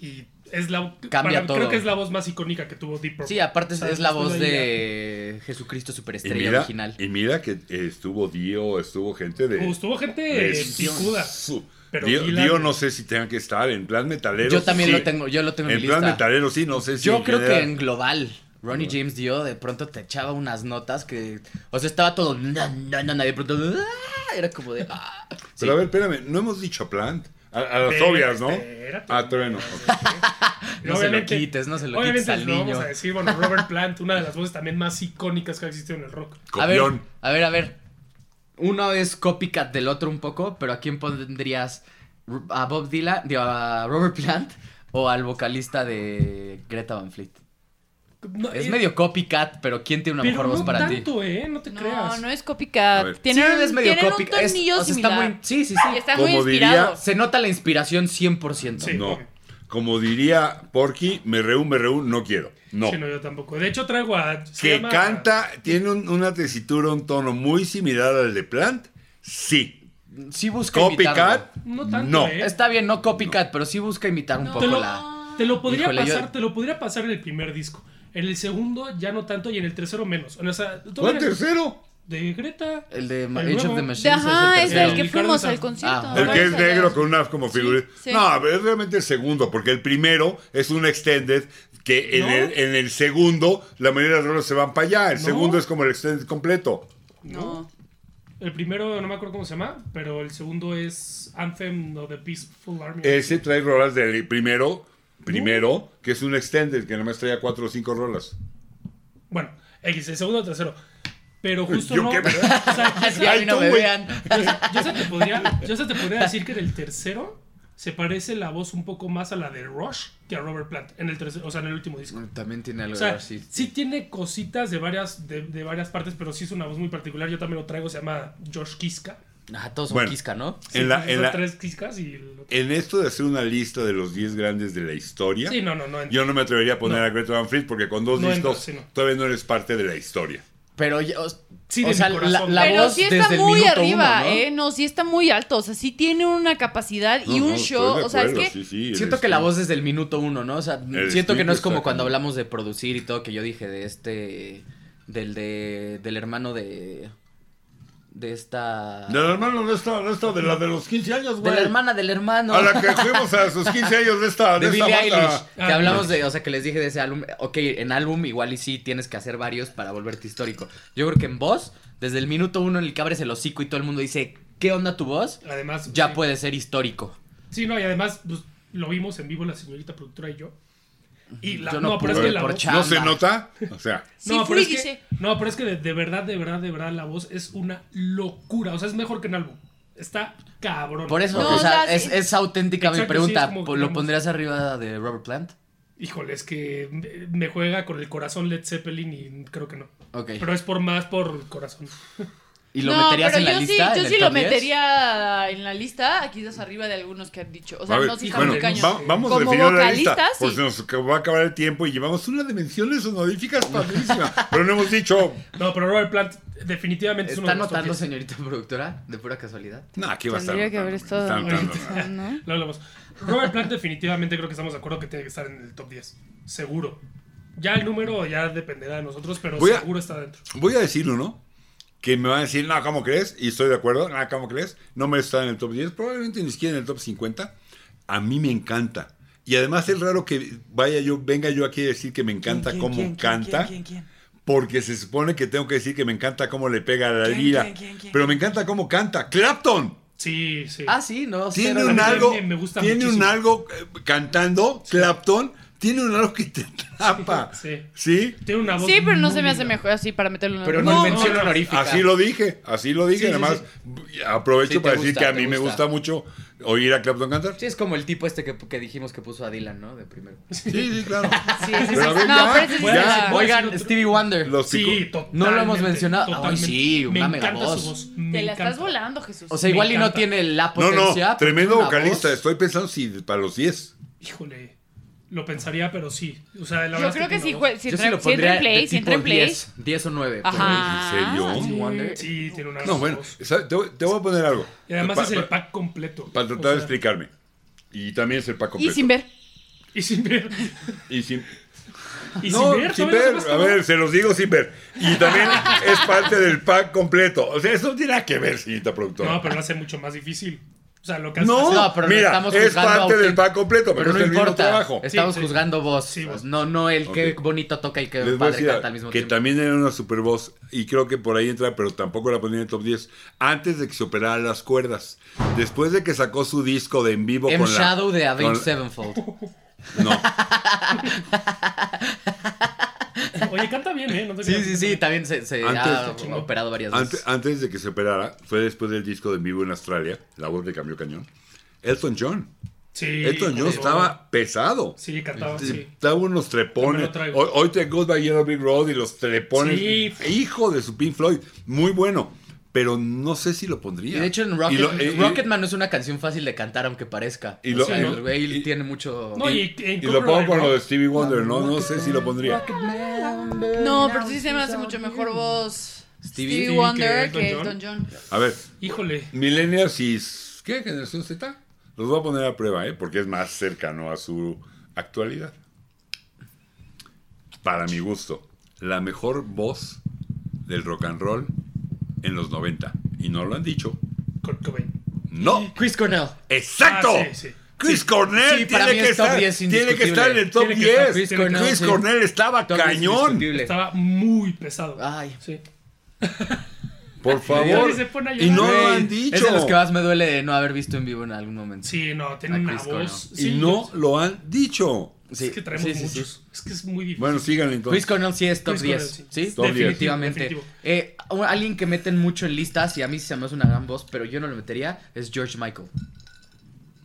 S3: y es la
S2: Cambia todo.
S3: Creo que es la voz más icónica que tuvo Deep Purple.
S2: Sí, aparte es,
S3: O sea,
S2: es la
S3: después
S2: voz
S3: ahí ya-
S2: de Jesucristo
S1: Y
S2: Superestrella
S1: mira,
S2: original.
S1: y mira que eh, estuvo Dio, estuvo gente de.
S3: Pues tuvo gente
S1: de
S3: eh, picuda.
S1: su-
S3: Pero
S1: Dio,
S3: Dylan-
S1: Dio no sé si tenga que estar en plan metalero.
S2: Yo también
S1: sí.
S2: lo tengo, yo lo tengo en,
S1: En
S2: mi
S1: plan
S2: lista.
S1: metalero, sí, no sé si.
S2: Yo creo que
S1: general-
S2: en global, Ronnie James Dio de pronto te echaba unas notas que. O sea, estaba todo. na, na, na, na, y de pronto. ah, Era como de. ah. Sí.
S1: Pero a ver, espérame, no hemos dicho a Plant. A, a las
S3: Espérate,
S1: obvias, ¿no? Ah,
S3: espérate.
S1: A trueno. ok.
S2: No se lo quites, no se lo
S3: obviamente
S2: quites al
S3: lo
S2: niño.
S3: vamos a decir, bueno, Robert Plant, una de las voces también más icónicas que ha existido en el rock.
S2: A ver,
S1: Copión.
S2: a ver, a ver. Uno es copycat del otro un poco, pero ¿a quién pondrías? R- ¿A Bob Dylan? Digo, ¿A Robert Plant? ¿O al vocalista de Greta Van Fleet?
S3: No,
S2: Es
S3: eh,
S2: medio copycat, pero ¿quién tiene una
S3: pero
S2: mejor
S3: no
S2: voz para ti?
S3: tanto, ¿eh? No te
S4: No,
S3: creas.
S4: no es
S1: A ver.
S4: copycat. Tienen,
S2: sí, es medio
S4: tienen
S2: copycat.
S4: un
S2: es-
S4: tonillo
S2: o sea, está
S4: similar.
S2: muy, sí, sí,
S4: Y
S2: sí.
S4: está muy
S1: Como diría-
S4: inspirado.
S2: Se nota la inspiración 100%.
S3: Sí.
S1: No.
S3: obvio.
S1: Como diría Porky, me reú, me reú, no quiero. No.
S3: Sí, no, yo tampoco. De hecho, traigo a. se
S1: que
S3: llama-
S1: canta, tiene un- una tesitura, un tono muy similar al de Plant, sí.
S2: Sí busca imitarlo.
S1: Copycat,
S3: No tanto,
S1: no.
S3: ¿eh?
S2: Está bien, no copycat, pero sí busca imitar un
S4: No.
S2: poco
S3: Te lo,
S2: la...
S3: te lo podría
S2: Híjole, yo-
S3: pasar, te lo podría pasar en el primer disco. En el segundo ya no tanto y en el tercero menos. O sea, tú
S1: ¿Cuál
S3: eres
S1: tercero?
S3: de Greta.
S2: El de Ma-
S3: El
S2: Age of
S3: nuevo.
S2: the
S4: De-
S2: Machines
S4: ajá, es
S2: tercero.
S4: el que
S3: El
S4: fuimos
S3: Ricardo
S4: al concierto.
S2: Ah,
S1: El que es
S4: Vamos a ver.
S1: negro con una como figurita.
S4: sí.
S1: No, pero es realmente el segundo, porque el primero es un extended que en,
S3: No.
S1: el, en el segundo la mayoría de los roles se van para allá. El
S3: No.
S1: segundo es como el extended completo.
S4: No.
S3: El primero no me acuerdo cómo se llama, pero el segundo es Anthem of the Peaceful Army.
S1: Ese trae rolas del primero, primero, que es un extended que nomás traía cuatro o cinco rolas.
S3: Bueno, X, el segundo o tercero. Pero justo
S1: Yo
S3: no.
S1: qué-
S3: o sea, yo
S2: Así a
S3: sé-
S2: mí no
S1: tú,
S2: me
S1: güey.
S2: vean.
S3: yo se te podría, yo se te podría decir que en el tercero se parece la voz un poco más a la de Rush que a Robert Plant. En el tercero, o sea, en el último disco.
S2: También tiene algo
S3: O
S2: de
S3: sea,
S2: así.
S3: sí tiene cositas de varias, de, de varias partes, pero sí es una voz muy particular. Yo también lo traigo, se llama Josh Kiska.
S2: Ajá, todos son
S1: Bueno.
S2: Kiska, ¿no?
S3: Sí,
S1: En la-
S3: son
S1: en la-
S3: tres Kiskas y... lo-
S1: En esto de hacer una lista de los 10 grandes de la historia,
S3: Sí, no, no, no.
S1: yo no me atrevería a poner a Greta Van Fleet porque con dos
S3: No entra,
S1: discos
S3: sí, no.
S1: todavía no eres parte de la historia.
S2: Pero ya, o,
S3: Sí,
S2: o
S3: de mi
S2: sea, la,
S3: corazón.
S2: la
S4: Pero
S2: voz
S4: sí está
S2: desde el
S4: muy
S2: minuto
S4: arriba,
S2: uno, ¿no?
S4: ¿eh? No, sí está muy alto. O sea, sí tiene una capacidad y
S1: No,
S4: un
S1: no, estoy
S4: show.
S1: de
S4: O sea, es
S1: acuerdo,
S4: que.
S1: sí, sí, el
S2: Siento que la
S1: estilo.
S2: voz desde el minuto uno, ¿no? O sea,
S1: El
S2: siento que no es
S1: espíritu
S2: como
S1: está
S2: cuando
S1: cañón.
S2: hablamos de producir y todo que yo dije de este, del de, del hermano de, de esta,
S1: Del hermano de esta, de esta, de la de los 15 años,
S2: de
S1: güey.
S2: la hermana del hermano.
S1: A la que fuimos a sus 15 años de esta,
S2: De
S1: de
S2: Billie
S1: esta
S2: Eilish.
S1: banda.
S2: Que
S3: Ah,
S2: hablamos de, o sea, que les dije de ese álbum. Ok, en álbum igual y sí tienes que hacer varios para volverte histórico. Yo creo que en voz, desde el minuto uno en el que abres el hocico y todo el mundo dice, ¿qué onda tu voz?
S3: Además...
S2: Ya
S3: sí.
S2: puede ser histórico.
S3: Sí, no, y además pues, lo vimos en vivo la señorita productora y yo. Y la,
S2: Yo no
S3: no, pero es
S2: pude
S3: que la
S2: por
S3: voz...
S2: chat.
S1: ¿No se nota? O sea,
S4: Sí,
S3: No, pero es
S4: fríguese.
S3: que, no, pero es que de, de verdad, de verdad, de verdad, la voz es una locura. O sea, es mejor que en álbum. Está cabrón.
S2: Por eso,
S4: No,
S2: o sea,
S4: o sea,
S2: es,
S4: sí.
S2: es auténtica mi
S3: Exacto, sí,
S2: pregunta.
S3: es como
S2: ¿po-
S3: que
S2: ¿Lo
S3: vamos-
S2: pondrías arriba de Robert Plant?
S3: Híjole, es que me- me juega con el corazón Led Zeppelin y creo que no.
S2: Ok.
S3: Pero es por más por corazón.
S2: ¿Y lo
S4: no,
S2: meterías
S4: pero
S2: en la
S4: yo
S2: lista?
S4: sí,
S2: en
S4: yo
S2: el top
S4: sí lo
S2: 10?
S4: metería en la lista, quizás arriba de algunos que han dicho. O sea,
S1: a ver,
S4: no sí está
S1: bueno,
S4: muy cañón.
S1: va- vamos a
S4: Como
S1: definir la lista.
S4: vocalista,
S1: Porque
S4: sí.
S1: nos va a acabar el tiempo y llevamos una dimensiones honoríficas padrísima. pero no hemos dicho,
S3: No, pero Robert Plant definitivamente es uno
S2: ¿Está
S3: de los top
S2: anotando,
S3: 10.
S2: señorita productora? De pura casualidad.
S1: nah, ¿qué va a estar?
S4: Tendría que haber
S1: anotando?
S4: estado.
S1: Están anotando nada.
S4: ¿no?
S3: Lo hablamos. Robert Plant definitivamente creo que estamos de acuerdo que tiene que estar en el top 10. Seguro. Ya el número ya dependerá de nosotros, pero
S1: Voy a-
S3: seguro está dentro.
S1: Voy a decir uno que me va a decir, no, ¿cómo crees? Y estoy de acuerdo, no, ¿cómo crees? No me está en el top 10, probablemente ni siquiera en el top 50. A mí me encanta. Y además es raro que vaya yo, venga yo aquí a decir que me encanta
S5: ¿Quién, quién,
S1: cómo
S5: quién, quién,
S1: canta,
S5: quién, quién,
S1: porque se supone que tengo que decir que me encanta cómo le pega a la
S5: ¿Quién,
S1: lira.
S5: quién, quién, quién,
S1: Pero me encanta cómo canta. ¡Clapton!
S3: Sí, sí.
S2: Ah, sí, no.
S1: Tiene
S2: cero.
S1: un
S3: a mí
S1: algo,
S3: también me gusta
S1: tiene un
S3: muchísimo.
S1: algo eh, cantando, Clapton, tiene un algo que te tapa.
S3: Sí.
S1: ¿Sí?
S3: Tiene una voz.
S4: Sí, pero no
S3: muy
S4: se me hace
S3: linda.
S4: mejor así para meterlo en
S2: Pero
S4: una-
S2: no,
S3: No,
S2: es mención
S3: no, no.
S2: honorífica.
S1: Así lo dije, así lo dije.
S2: Sí, sí,
S1: Además,
S2: Sí,
S1: aprovecho
S2: te
S1: para decir
S2: gusta,
S1: que a
S2: te
S1: mí me
S2: gusta.
S1: gusta mucho oír a Clapton cantar.
S2: Sí, es como el tipo este que, que dijimos que puso a Dylan, ¿no? De primero.
S1: Sí, sí, claro.
S4: Sí, sí, sí.
S1: Pero a ver,
S4: No,
S1: ya,
S4: pero ese sí
S1: ya.
S4: está-
S3: Voy
S2: Oigan,
S3: otro-
S2: Stevie Wonder.
S1: Los
S3: Sí,
S1: picó-
S3: totalmente.
S2: No lo hemos mencionado. Ay,
S3: totalmente.
S2: sí, una
S3: me
S2: mega
S3: encanta
S2: voz.
S3: su voz.
S4: Te
S3: me
S4: la estás
S3: encanta.
S4: volando, Jesús.
S2: O sea, igual
S3: Me
S2: y no
S3: encanta.
S2: tiene la
S1: No,
S2: potencia.
S1: no,
S2: pero
S1: tremendo
S2: una
S1: vocalista.
S2: voz.
S1: Estoy pensando si para los 10.
S3: Híjole. Lo pensaría, pero sí. O sea, la
S4: Yo
S3: verdad es
S4: creo que si,
S3: tiene una
S4: jue- si,
S2: Yo sí
S4: entra,
S2: lo
S4: si entra
S2: pondría
S4: en
S2: de
S4: play, si
S2: tipo
S4: entra en play.
S2: 10, 10 o 9. por
S4: Ajá.
S1: ¿En serio?
S2: ahí. Stevie Wonder.
S3: voz- Sí, tiene una
S1: No,
S3: voz.
S1: bueno, ¿sabes? te, voy- te voy a poner algo.
S3: Y además
S1: Pa-
S3: es el
S1: pa-
S3: pack completo.
S1: Para
S3: O
S1: tratar
S3: sea,
S1: de explicarme. Y también es el pack
S4: Y
S1: completo.
S4: sin ver.
S3: Y sin ver.
S1: Y sin,
S3: Y
S1: no,
S3: sin ver.
S1: sin
S3: todavía
S1: ver.
S3: no se
S1: A
S3: muestra.
S1: ver, se los digo sin ver. Y también es parte del pack completo. O sea, eso no tiene nada que ver, señorita productora.
S3: No, pero lo hace mucho más difícil. O sea, lo que hace.
S1: No,
S2: No, pero
S1: mira,
S2: estamos
S1: es
S2: juzgando
S1: parte
S2: a usted.
S1: del pack completo,
S2: Pero
S1: pero,
S2: no
S1: es el mismo
S2: importa.
S1: trabajo.
S2: Estamos
S3: Sí, sí.
S2: jugando voz.
S3: Sí, vos.
S2: No, no el que
S1: Ok.
S2: bonito toca y que
S1: Les voy a
S2: padre
S1: decir
S2: canta al mismo
S1: que
S2: tiempo.
S1: también era una super voz y creo que por ahí entra, pero tampoco la ponía en el top 10 antes de que se operaran las cuerdas. Después de que sacó su disco de en vivo
S2: M.
S1: con la-
S2: Shadow de Avenged
S1: con la-
S2: Sevenfold.
S1: No,
S3: Oye, canta bien, ¿eh? No te
S2: Sí,
S3: creas.
S2: sí, sí, también se, se ha
S1: Antes-
S2: operado varias
S1: Ante-
S2: veces.
S1: antes de que se operara, fue después del disco de en vivo en Australia, la voz le cambió cañón. Elton John.
S3: Sí.
S1: Elton John
S3: sí.
S1: estaba pesado.
S3: Sí, cantaba, sí.
S1: Estaba unos
S3: Me
S1: trepones.
S3: lo traigo.
S1: Hoy, hoy te Goes by Yellow Brick Road y los trepones.
S3: Sí.
S1: Hijo de su Pink Floyd. Muy bueno. Pero no sé si lo pondría.
S2: Y de hecho en
S1: Y
S2: Rocket,
S1: lo- eh, y-
S2: Rocketman no es una canción fácil de cantar aunque parezca.
S1: Y
S2: O
S1: lo-
S2: sea,
S3: y-
S2: el güey
S1: y-
S2: tiene mucho...
S3: No, y,
S1: Y, lo pongo con lo de Stevie Wonder, ¿no? No sé si lo pondría.
S4: No, pero sí se me hace mucho mejor voz
S2: Stevie-
S4: Stevie,
S2: Stevie
S4: Wonder
S3: que
S4: que
S3: Elton
S4: Elton John.
S1: A ver,
S3: Híjole.
S1: Millennials y... ¿Qué generación Z? Los voy a poner a prueba, ¿eh? Porque es más cercano a su actualidad. Para mi gusto, la mejor voz del rock and roll en los 90. Y no lo han dicho.
S3: Kurt Cobain.
S1: ¡No!
S2: Chris Cornell.
S1: ¡Exacto!
S3: Ah, sí, sí.
S1: Chris
S3: Sí.
S1: Cornell
S2: Sí, para
S1: tiene,
S2: mí
S1: que
S2: es top
S1: estar,
S2: 10
S1: tiene que estar en el top
S3: indiscutible.
S1: 10.
S3: Tiene que estar Chris
S1: Chris
S2: Cornell,
S1: Cornell,
S2: sí.
S1: estaba
S2: Tom Hanks
S1: cañón.
S2: indiscutible.
S3: Estaba muy pesado.
S2: Ay.
S3: Sí.
S1: Por favor.
S3: Nadie se pone a
S1: Y no
S3: llorar.
S1: lo
S2: Güey,
S1: han dicho.
S2: Es de los que más me duele de no haber visto en vivo en algún momento.
S3: Sí, no, tiene
S2: A
S3: una
S2: Chris Cornell.
S3: voz.
S1: y
S3: Sí,
S1: no
S3: yo-
S1: lo han dicho.
S2: Sí,
S3: Es que traemos
S2: sí, sí, sí.
S3: muchos. Es que es muy difícil.
S1: Bueno, sigan entonces.
S2: Chris Cornell sí es top
S3: Chris
S2: 10.
S3: Cornell, sí.
S2: sí,
S3: Top 10.
S2: definitivamente.
S3: Definitivo.
S2: Eh, un- alguien que meten mucho en listas y a mí se me hace una gran voz, pero yo no lo metería, es George Michael.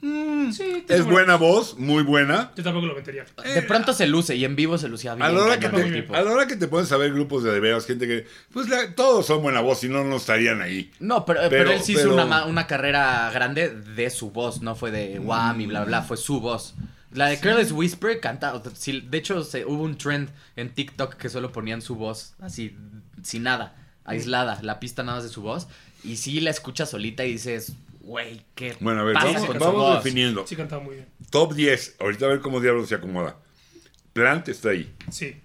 S3: sí, tiene
S1: es buena voz, muy buena.
S3: Yo tampoco lo metería.
S2: De pronto se luce y en vivo se lucía bien.
S1: A la, hora que
S2: cañón el
S1: te,
S2: tipo.
S1: a la hora que te pones a ver grupos de de veras, gente que. Pues la- todos son buena voz, si no, no estarían ahí.
S2: No, pero, pero
S1: Pero-
S2: él sí hizo
S1: pero-
S2: una, ma- una carrera grande de su voz, no fue de Wham y bla bla,
S1: Mm.
S2: fue su voz. La de Careless Whisper canta, o sea, sí, de hecho se, hubo un trend en TikTok que solo ponían su voz, así, sin nada, aislada, la pista nada más de su voz, y sí la escuchas solita y dices, güey, qué
S1: Bueno, a ver,
S2: pasa
S1: vamos,
S2: con su
S1: vamos
S2: voz?".
S1: definiendo.
S3: Sí, cantaba muy bien.
S1: Top 10. Ahorita a ver cómo diablos se acomoda. Plant está ahí.
S3: Sí.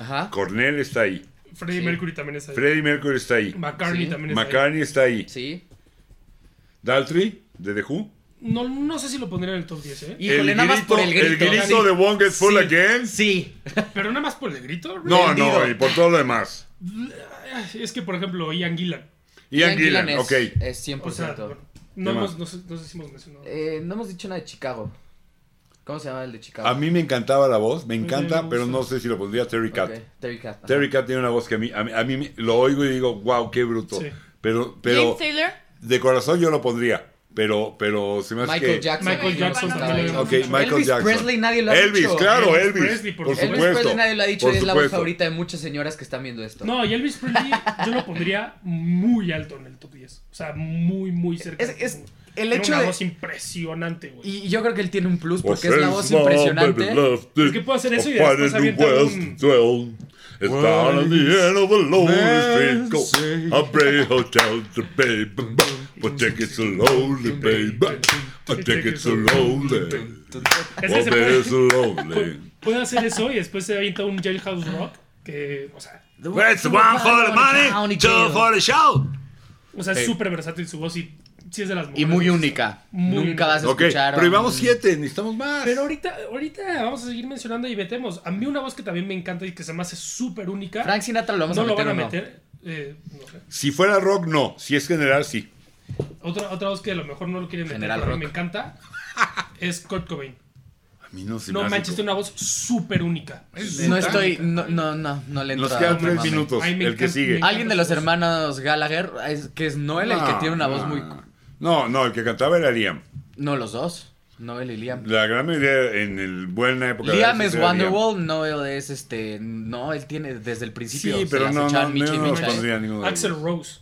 S2: Ajá.
S1: Cornell está ahí.
S3: Freddie
S2: Sí.
S3: Mercury también es ahí.
S1: Freddie Mercury está ahí.
S3: McCartney
S2: Sí.
S3: también es ahí.
S1: McCartney está ahí.
S2: Sí.
S1: Daltrey, de The Who.
S3: No, no sé si lo pondría en el top 10, ¿eh?
S2: Híjole, nada más por el grito.
S1: grito de Won't Get Full Again.
S2: Sí.
S3: Pero nada más por el grito. güey.
S1: No, no,
S2: Rendido.
S1: y por todo lo demás.
S3: Es que, por ejemplo, Ian Gillan.
S1: Ian Gillan,
S2: es,
S1: ok.
S2: es 100%.
S3: O sea, bueno, no,
S1: ¿Qué
S3: hemos,
S1: más?
S3: no, sé, no sé si hemos mencionado.
S2: Eh, no hemos dicho nada de Chicago. ¿Cómo se llama el de Chicago?
S1: A mí me encantaba la voz, me
S3: me
S1: encanta,
S3: gusta.
S1: pero no sé si lo pondría Terry Cat.
S2: Ok, Terry Cat. ajá.
S1: Terry Cat tiene una voz que a mí, a mí, a mí me- lo oigo y digo, wow, qué bruto.
S3: Sí.
S1: Pero,
S4: James
S1: pero
S4: Taylor.
S1: de corazón yo lo pondría. Pero, pero se me hace
S2: Michael
S1: que-
S2: Jackson.
S3: Michael Jackson
S2: Está
S3: también
S2: ahí.
S3: lo
S1: Ok,
S3: Elvis
S1: Michael Jackson.
S2: Presley nadie lo ha
S1: Elvis,
S2: dicho.
S1: claro,
S3: Elvis
S1: Elvis.
S3: Presley, por
S1: por,
S2: Elvis
S1: supuesto.
S2: Presley nadie lo ha dicho
S1: por
S2: y es la voz
S1: supuesto.
S2: favorita de muchas señoras que están viendo esto.
S3: No, y Elvis Presley yo lo pondría muy alto en el top 10. O sea, muy, muy cerca.
S2: Es-
S3: del top
S2: es
S3: uno.
S2: el
S3: Tiene
S2: hecho
S3: una
S2: de-
S3: voz impresionante, güey.
S2: Y yo creo que él tiene un plus
S1: Pues
S2: porque es la
S1: es
S2: voz
S1: my
S2: impresionante.
S1: baby love
S3: Es que puedo hacer eso y
S1: of
S3: después
S1: Father
S3: avienta
S1: West
S3: un-
S1: dwell. It's down at the end of a lonely street. Go. I pray hotel the baby, but take it so lonely, baby. I take it so lonely.
S3: Es que
S1: Well,
S3: se puede,
S1: baby, so lonely.
S3: puede hacer eso y después se avienta un Jailhouse Rock. Que, o sea,
S1: Well, it's one Pues, for the money,
S2: County
S1: two
S2: Jail.
S1: for the show.
S3: o sea es súper versátil su voz y sí es de las mejores.
S2: Y muy
S3: voces.
S2: única.
S3: Muy
S2: Nunca
S3: única.
S2: vas a
S1: Ok,
S2: escuchar.
S1: pero
S2: a un-
S1: llevamos siete, necesitamos más.
S3: Pero ahorita, ahorita vamos a seguir mencionando y metemos. A mí una voz que también me encanta y que se me hace súper única.
S2: Frank Sinatra lo vamos
S3: no
S2: a
S3: lo
S2: meter.
S3: van a
S2: o no?
S3: meter. eh, no sé.
S1: Si fuera rock, no. Si es general, sí.
S3: otra, otra voz que a lo mejor no lo quieren meter,
S2: General
S3: pero a
S2: Rock.
S3: mí me encanta, es Kurt Cobain.
S1: A mí no se me
S3: No
S1: hace
S3: manches,
S1: como-
S3: tiene una voz súper única.
S2: No estoy. No, no, no, no le entro
S1: Nos
S2: a-
S1: quedan
S2: no
S1: tres
S2: mames.
S1: minutos.
S3: Ay, me
S1: el que
S3: encanta-
S1: sigue.
S3: me
S2: Alguien de los hermanos Gallagher, es, que es Noel el que
S1: No,
S2: tiene una voz
S1: no,
S2: muy.
S1: Ah, no. No, no, el que cantaba era Liam.
S2: No, los dos. Noel y Liam.
S1: La gran mayoría en el buena época. de
S2: Liam
S1: Oasis
S2: es
S1: era
S2: Wonderwall, Noel es este. No, él tiene desde el principio.
S1: Sí,
S2: se
S1: pero
S2: las
S1: no,
S2: echaban
S1: no,
S2: micha
S1: no,
S2: y
S1: no los
S2: micha, ¿eh?
S1: pondría ninguno de los
S3: Axel
S1: dos.
S3: Rose.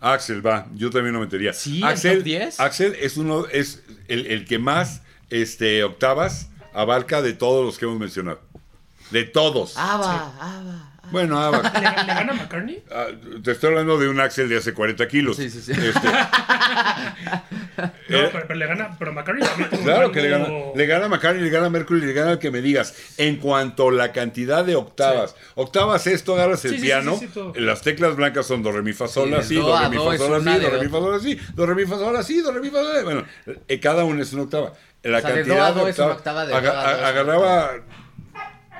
S1: Axel, va, yo también lo metería.
S2: Sí, ¿en
S1: Axel,
S2: top 10?
S1: Axel es uno, es el, el que más este, octavas abarca de todos los que hemos mencionado. De todos.
S2: Ava, Ava.
S1: Bueno, abarca.
S3: ¿Le, le gana a McCartney?
S1: Ah, te estoy hablando de un Axel de hace 40 kilos.
S2: Sí, sí, sí.
S1: Este,
S3: No,
S1: Eh.
S3: pero, pero le gana. Pero McCartney también tiene un
S1: claro que le gana,
S3: rango-
S1: le gana a McCartney, le gana a Mercury, le gana al que me digas. En cuanto a la cantidad de octavas, octavas es, tú agarras el
S3: Sí, sí, sí,
S1: piano,
S3: sí, sí, todo.
S1: las teclas blancas son do, re, mi, fa, sol,
S2: Sí,
S1: la, si,
S2: do
S1: do,
S2: a
S1: re, mi,
S2: do
S1: fa,
S2: es
S1: sol, la,
S2: una
S1: si,
S2: de
S1: do, re, mi,
S2: otra.
S1: fa, sol, la, si, do, re, mi, fa, sol, la, si, do, re, mi, fa, sol, la. Bueno, eh, cada una es una octava. La
S2: O sea, de do
S1: cantidad
S2: a do
S1: de
S2: es una
S1: octava-
S2: octava, de
S1: aga-
S2: do a do es una
S1: agarraba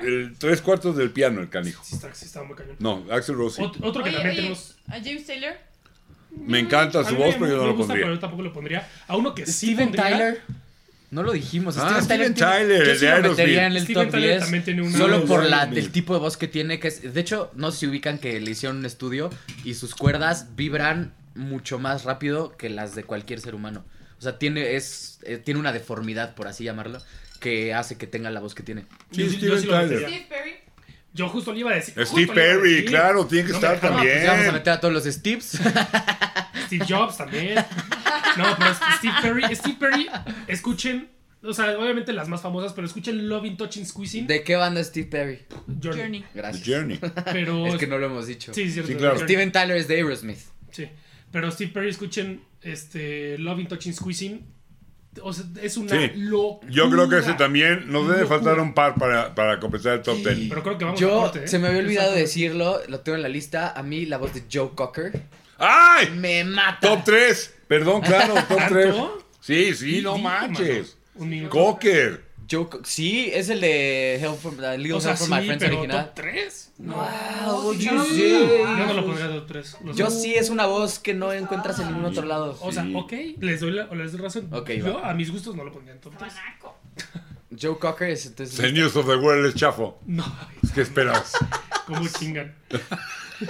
S1: el tres cuartos del piano, el canijo.
S3: Sí, está, sí, está muy cañón.
S1: No, Axel Rose. sí.
S3: Ot- otro que
S4: Oye,
S3: también
S4: oye,
S3: tenemos.
S4: ¿a James Taylor?
S1: Me encanta
S3: A
S1: su
S3: mí
S1: voz,
S3: me-
S1: pero yo no
S3: me
S1: lo
S3: gusta,
S1: pondría.
S3: Pero yo tampoco lo pondría. A uno que sí.
S2: Steven
S3: pondría-
S2: Tyler. No lo dijimos.
S1: Ah, Steven
S2: tiene-
S1: Tyler,
S2: yo
S1: el
S2: sí
S1: de
S2: lo
S1: Aerosmith.
S2: metería en el
S3: Steven
S2: top
S3: Tyler
S2: 10,
S3: también tiene una-
S2: Solo
S1: No,
S2: por la,
S1: Aerosmith.
S2: el tipo de voz que tiene. que es De hecho, no sé si ubican que le hicieron un estudio y sus cuerdas vibran mucho más rápido que las de cualquier ser humano. O sea, tiene, es, eh, tiene una deformidad, por así llamarlo, que hace que tenga la voz que tiene.
S1: Sí,
S3: Yo- yo
S1: Steven
S3: sí lo metería.
S1: Tyler.
S4: Steve Perry.
S3: Yo justo le iba a decir.
S1: Steve
S3: justo le iba a
S1: Perry,
S3: decir.
S1: claro, tiene que
S3: No me
S1: estar
S3: dejaba.
S1: también.
S2: Pues ya vamos a meter a todos los Steves.
S3: Steve Jobs también. No, pero es- Steve Perry. Steve Perry, escuchen. O sea, obviamente las más famosas, pero escuchen Loving, Touching, Squeezing.
S2: ¿De qué banda es Steve Perry?
S3: Journey.
S4: Journey.
S1: The
S2: Gracias.
S1: Journey.
S3: Pero.
S2: Es que no lo hemos dicho.
S3: Sí, cierto,
S1: Sí, claro.
S3: Journey.
S2: Steven Tyler es de Aerosmith.
S3: Sí. Pero Steve Perry, escuchen este, Loving, Touching, Squeezing. O sea, es una
S1: Sí.
S3: locura.
S1: Yo creo que ese también nos debe
S3: Locura.
S1: faltar un par para, para completar el top 10.
S3: Pero creo que vamos a
S2: Yo
S3: corte, ¿eh?
S2: se me había olvidado
S3: Vamos a corte.
S2: decirlo, lo tengo en la lista. A mí la voz de Joe Cocker
S1: ¡Ay!
S2: me mata.
S1: Top 3. Perdón, claro, top
S3: ¿Tanto?
S1: 3. Sí, sí,
S3: Sí,
S1: no
S3: sí,
S1: manches.
S3: mano. Un minuto.
S1: Cocker.
S2: Joe Co- sí, es el de Help from, uh, Little
S3: O sea,
S2: Help from
S3: sí,
S2: My Friends
S3: pero
S2: original.
S3: top Ah, oh, 3.
S2: Wow, what
S4: sí,
S2: you
S4: no,
S2: say.
S3: Yo no lo pondría top 3.
S2: Yo sí es una voz que no encuentras en ningún otro lado.
S3: O sea,
S1: Sí.
S3: ok, les doy, la, les doy razón.
S2: Ok,
S3: Yo
S2: va.
S3: a mis gustos no lo pondría en top 3.
S4: Guanaco.
S2: Joe Cocker es entonces.
S1: The News of the World es chafo.
S3: No,
S1: ¿Qué esperabas?
S3: cómo chingan.